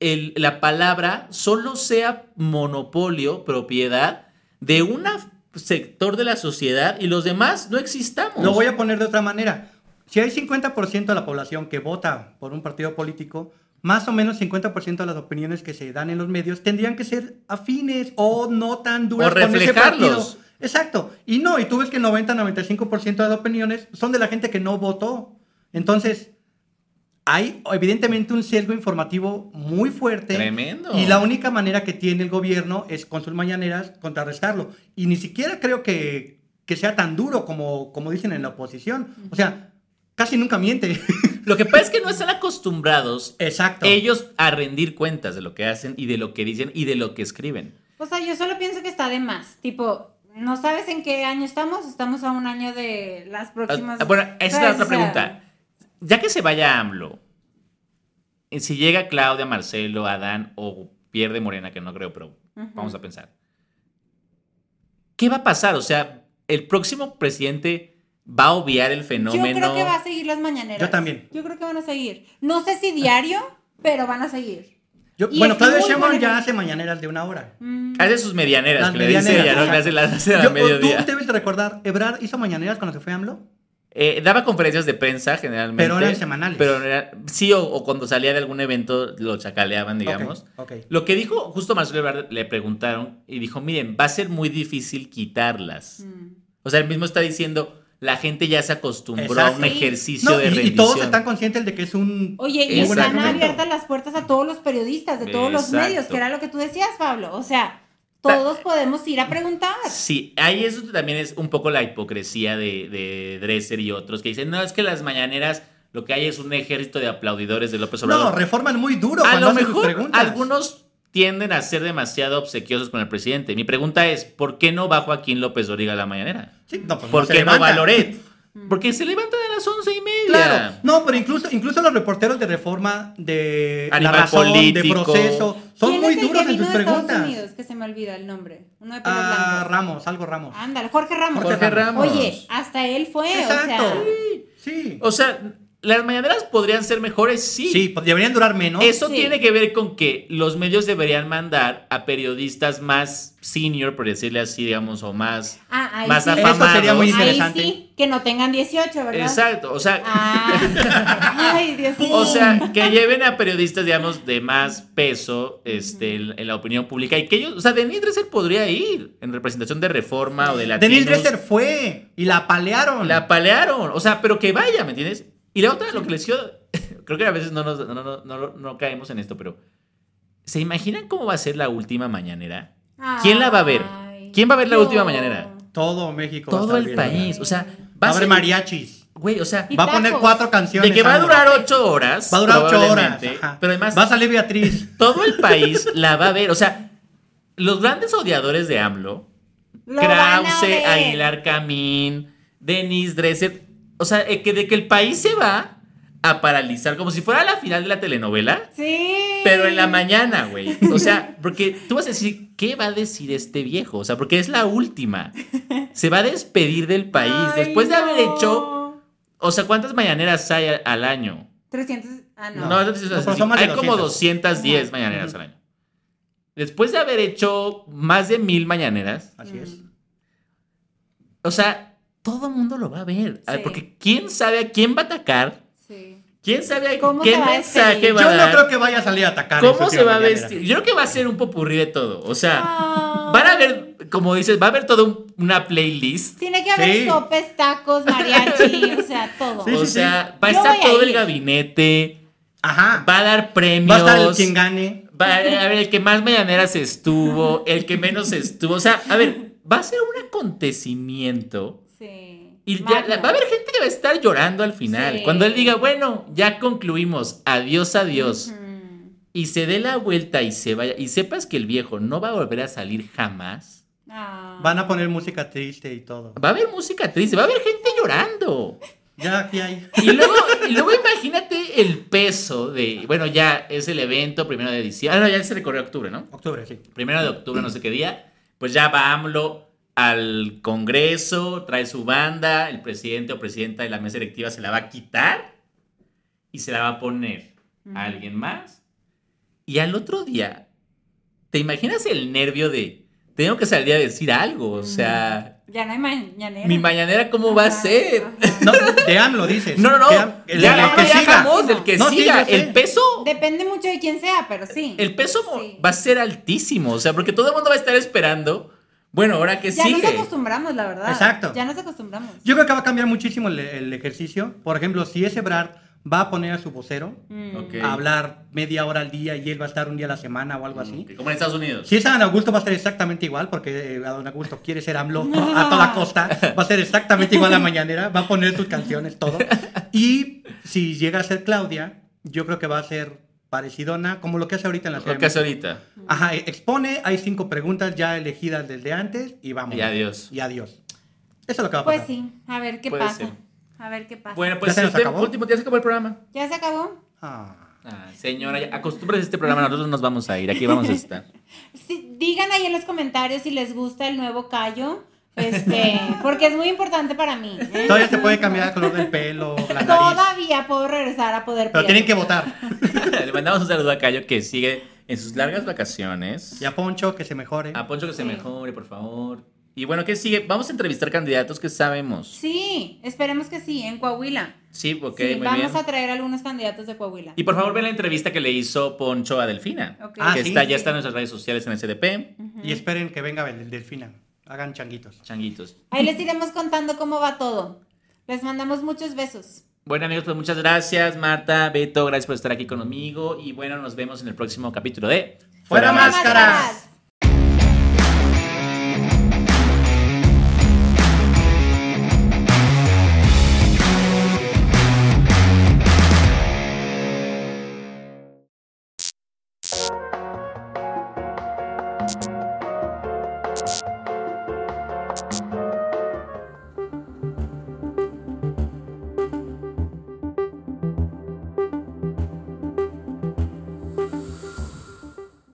S1: el- la palabra solo sea monopolio, propiedad de un sector de la sociedad y los demás no existamos.
S2: Lo voy a poner de otra manera. Si hay 50% de la población que vota por un partido político, más o menos 50% de las opiniones que se dan en los medios tendrían que ser afines o no tan duras
S1: O
S2: con ese
S1: reflejarlos.
S2: partido. Exacto. Y no, y tú ves que 90-95% de las opiniones son de la gente que no votó. Entonces, hay evidentemente un sesgo informativo muy fuerte.
S1: Tremendo.
S2: Y la única manera que tiene el gobierno es con sus mañaneras contrarrestarlo. Y ni siquiera creo que, que sea tan duro como, como dicen en la oposición. O sea, casi nunca miente.
S1: Lo que pasa es que no están acostumbrados
S2: Exacto.
S1: ellos a rendir cuentas de lo que hacen y de lo que dicen y de lo que escriben.
S3: O sea, yo solo pienso que está de más. Tipo, ¿no sabes en qué año estamos? Estamos a un año de las próximas.
S1: Ah, Bueno, esa es la
S3: ¿sabes?
S1: otra
S3: O sea,
S1: pregunta. Ya que se vaya AMLO, eh, si llega Claudia, Marcelo, Adán o pierde Morena, que no creo, pero
S3: Ujú.
S1: vamos a pensar. ¿Qué va a pasar? O sea, ¿el próximo presidente va a obviar el fenómeno?
S3: Yo creo que va a seguir las mañaneras.
S2: Yo también.
S3: Yo creo que van a seguir. No sé si diario, pero van a seguir.
S2: Yo-
S3: Y
S2: bueno,
S3: es
S2: Claudia
S3: muy
S2: Sheinbaum
S3: buena
S2: ya
S3: gente.
S2: hace mañaneras de una hora.
S3: Mm,
S1: Hace sus medianeras,
S2: Las
S1: que le dice
S2: medianeras,
S1: ella, ¿no? Que
S2: ajá.
S1: hace las hace a
S2: Yo-
S1: mediodía.
S2: Tú debes de recordar, Ebrard hizo mañaneras cuando se fue AMLO.
S1: Eh, daba conferencias de prensa generalmente.
S2: Pero eran semanales.
S1: Pero era- sí, o, o cuando salía de algún evento lo chacaleaban, digamos.
S2: Ok, ok.
S1: Lo que dijo, justo Marcelo Ebrard le preguntaron y dijo, miren, va a ser muy difícil quitarlas.
S3: mm.
S1: O sea, él mismo está diciendo, la gente ya se acostumbró a un
S2: Exacto.
S1: ejercicio
S2: No,
S1: de
S2: y,
S1: rendición.
S2: y todos están conscientes de que es un.
S3: Oye, y
S1: Muy buen
S3: están
S1: argumento.
S3: abiertas las puertas a todos los periodistas de todos los
S1: Exacto.
S3: medios, que era lo que tú decías, Pablo. O sea, todos podemos ir a preguntar.
S1: Sí, ahí eso también es un poco la hipocresía de, de Dresser y otros que dicen, no, es que las mañaneras lo que hay es un ejército de aplaudidores de López
S2: No,
S1: Obrador.
S2: reforman muy duro.
S1: a
S2: cuando
S1: lo
S2: hacen sus
S1: mejor
S2: preguntas.
S1: algunos tienden a ser demasiado obsequiosos con el presidente. Mi pregunta es, ¿por qué no va Joaquín López Origa a la mañanera?
S2: Sí, no, pues
S1: ¿Por
S2: se
S1: qué no va
S2: levantan.
S1: Loret? Mm. Porque se levantan a las once y media.
S2: Claro, no, pero incluso, incluso los reporteros de reforma, de
S1: Animal
S2: la razón,
S1: político.
S2: de proceso, son
S3: ¿Quién
S2: muy
S3: es el
S2: duros
S3: que
S2: en
S3: vino
S2: sus
S3: de Estados
S2: preguntas.
S3: Unidos, que se me olvida el nombre. Uno de pelo
S2: Ah,
S3: blanco.
S2: Ramos, algo Ramos.
S3: Ándale, Jorge Ramos.
S1: Jorge Ramos.
S3: Oye, hasta él fue, o
S2: Exacto.
S3: sea.
S2: Sí.
S1: O sea, las mañaneras podrían ser mejores, sí.
S2: Sí, pues deberían durar menos.
S1: Eso
S3: Sí.
S1: tiene que ver con que los medios deberían mandar a periodistas más senior, por decirle así, digamos, o más...
S3: Ah, ahí
S1: Más
S3: sí.
S1: afamados.
S2: Eso sería muy
S3: Ahí
S2: interesante.
S3: sí, que no tengan 18, ¿verdad?
S1: Exacto, o sea,
S3: Ah. Ay, Dios mío.
S1: O sea, que lleven a periodistas, digamos, de más peso este, en, en la opinión pública y que ellos, o sea, Denis Dresser podría ir en representación de Reforma o de Latinos.
S2: Daniel Dresser fue y la palearon.
S1: La palearon, o sea, pero que vaya, ¿me entiendes? Y la otra, lo que les quiero, creo que a veces no, nos, no, no, no- no caemos en esto, pero ¿se imaginan cómo va a ser la última mañanera? ¿Quién la va a ver?
S3: Ay,
S1: ¿Quién va a ver la
S3: no.
S1: última mañanera?
S2: Todo México. va a
S1: Todo
S2: estar
S1: el
S2: viéndola.
S1: país, o sea,
S2: Va
S1: va
S2: a
S1: a
S2: haber
S1: ser,
S2: mariachis.
S1: güey, o sea,
S3: Y
S2: Va a poner
S3: tacos.
S2: cuatro canciones.
S1: de que va a
S2: Sandra.
S1: durar ocho horas.
S2: Va a durar ocho horas.
S1: probablemente,
S2: ajá.
S1: Pero además
S2: Va a salir Beatriz.
S1: todo el país la va a ver. O sea, los grandes odiadores de AMLO,
S3: Lo van a
S1: Krause,
S3: ver.
S1: Aguilar Camín, Denis Dresser, o sea, eh, que de que el país se va a paralizar, como si fuera la final de la telenovela,
S3: Sí.
S1: pero en la mañana, güey. O sea, porque tú vas a decir, ¿qué va a decir este viejo? O sea, porque es la última. Se va a despedir del país
S3: Ay,
S1: después de haber
S3: no.
S1: hecho, o sea, ¿cuántas mañaneras hay a- al año?
S3: 300. Ah, no.
S1: No,
S2: No,
S1: no te-
S2: pero son más de
S1: hay como
S2: 200.
S1: 210
S3: Ajá.
S1: mañaneras al año. Después de haber hecho más de mil mañaneras,
S3: Mm,
S2: Así es.
S1: o sea, todo el mundo lo va a ver. A ver,
S3: Sí.
S1: Porque quién sabe a quién va a atacar,
S3: Sí.
S1: quién sabe a
S3: ¿Cómo
S1: qué
S3: se va a
S1: mensaje
S3: despedir?
S1: va
S2: Yo
S1: a
S2: no
S1: dar,
S2: creo que vaya a salir a atacar. en su
S1: cómo se
S2: última
S1: va a
S2: mañanera.
S1: vestir. Yo creo que va a ser un popurrí de todo. O sea,
S3: Ah.
S1: van a ver, como dices, va a haber toda un- una playlist.
S3: Tiene que haber
S2: Sí.
S3: sopes, tacos, mariachi, o sea, todo.
S2: Sí,
S1: o
S2: sí,
S1: sea, va a
S3: Yo
S1: estar
S3: voy a
S1: todo
S3: ir.
S1: el gabinete,
S2: Ajá.
S1: va a dar premios.
S2: Va a estar el quien gane.
S1: Va a ver, el que más mañaneras estuvo, el que menos estuvo. O sea, a ver, va a ser un acontecimiento.
S3: Sí.
S1: Y ya-
S3: Magno.
S1: va a haber gente que va a estar llorando al final.
S3: Sí.
S1: Cuando él diga, bueno, ya concluimos, adiós, adiós.
S3: Ujú.
S1: Y se dé la vuelta y se vaya. Y sepas que el viejo no va a volver a salir jamás.
S3: Ah.
S2: Van a poner música triste y todo.
S1: Va a haber música triste, va a haber gente llorando.
S2: Ya aquí hay.
S1: Y luego, y luego imagínate el peso de, bueno, ya es el evento, primero de diciembre. Ah, no, ya se recorrió octubre, ¿no?
S2: Octubre, sí.
S1: primero de octubre, no sé qué día, pues ya va AMLO al Congreso, trae su banda, el presidente o presidenta de la mesa directiva se la va a quitar y se la va a poner a alguien más. Y al otro día, ¿te imaginas el nervio de, tengo que salir a decir algo? O sea,
S3: Ya no hay mañanera.
S1: mi mañanera, ¿cómo va a
S3: Ajá,
S1: ser?
S3: ajá.
S2: No, de AMLO dices.
S1: No, no, no.
S2: De AMLO, el,
S1: Ya,
S2: el
S1: no,
S2: que
S1: ya
S2: siga.
S1: jamás, el que
S2: No, sí,
S1: siga,
S2: yo sé.
S1: el peso
S3: Depende mucho de quién sea, pero sí.
S1: el peso
S3: Sí.
S1: va a ser altísimo, o sea, porque todo el mundo va a estar esperando. Bueno, ahora que
S3: ya
S1: sigue.
S3: nos acostumbramos, la verdad.
S2: Exacto.
S3: Ya nos acostumbramos.
S2: Yo creo que va a cambiar muchísimo el, el ejercicio. Por ejemplo, si ese Brad va a poner a su vocero
S3: Mm.
S1: Ok.
S2: a hablar media hora al día y él va a estar un día a la semana o algo así.
S1: Ok, Como en Estados Unidos.
S2: Si es Adán Augusto va a ser exactamente igual, porque eh, Adán Augusto quiere ser AMLO a toda costa, va a ser exactamente igual la mañanera, va a poner sus canciones, todo. Y si llega a ser Claudia, yo creo que va a ser parecidona, como lo que hace ahorita en la
S1: Lo
S2: serie.
S1: que hace ahorita.
S2: Ajá, e-, expone, hay cinco preguntas ya elegidas desde antes y vamos.
S1: Y adiós.
S2: Y adiós. Eso es lo que va a pasar.
S3: Pues sí, a ver qué
S1: Puede
S3: pasa.
S1: ser.
S3: A ver qué pasa.
S1: Bueno, pues
S2: se nos
S1: este
S2: acabó?
S1: último día se acabó el programa.
S3: ¿Ya se acabó?
S2: Ah.
S1: Ay, señora, ya acostúmbrese a este programa, nosotros nos vamos a ir, aquí vamos a estar.
S3: Sí, digan ahí en los comentarios si les gusta el nuevo callo. Este, porque es muy importante para mí. ¿eh?
S2: Todavía se puede cambiar el color del pelo, la nariz.
S3: Todavía puedo regresar a poder
S2: Pero
S3: piel.
S2: tienen que votar.
S1: Le mandamos un saludo a Cayo que sigue en sus largas vacaciones.
S2: Y a Poncho, que se mejore.
S1: A Poncho que se
S3: Sí.
S1: mejore, por favor. Y bueno, ¿qué sigue? Vamos a entrevistar candidatos que sabemos.
S3: Sí, esperemos que sí, en Coahuila.
S1: Sí, ok,
S3: sí,
S1: muy
S3: vamos
S1: bien.
S3: a traer algunos candidatos de Coahuila.
S1: Y por favor, ven la entrevista que le hizo Poncho a Delfina.
S3: Ok.
S2: Ah,
S1: que
S2: sí.
S1: está, ya está en nuestras redes sociales en SDP.
S2: Y esperen que venga el Delfina. Hagan changuitos.
S1: Changuitos.
S3: Ahí les iremos contando cómo va todo. Les mandamos muchos besos.
S1: Bueno, amigos, pues muchas gracias, Marta, Beto, gracias por estar aquí conmigo. Y bueno, nos vemos en el próximo capítulo de
S2: ¡Fuera
S3: Fuera
S2: máscaras!
S3: máscaras.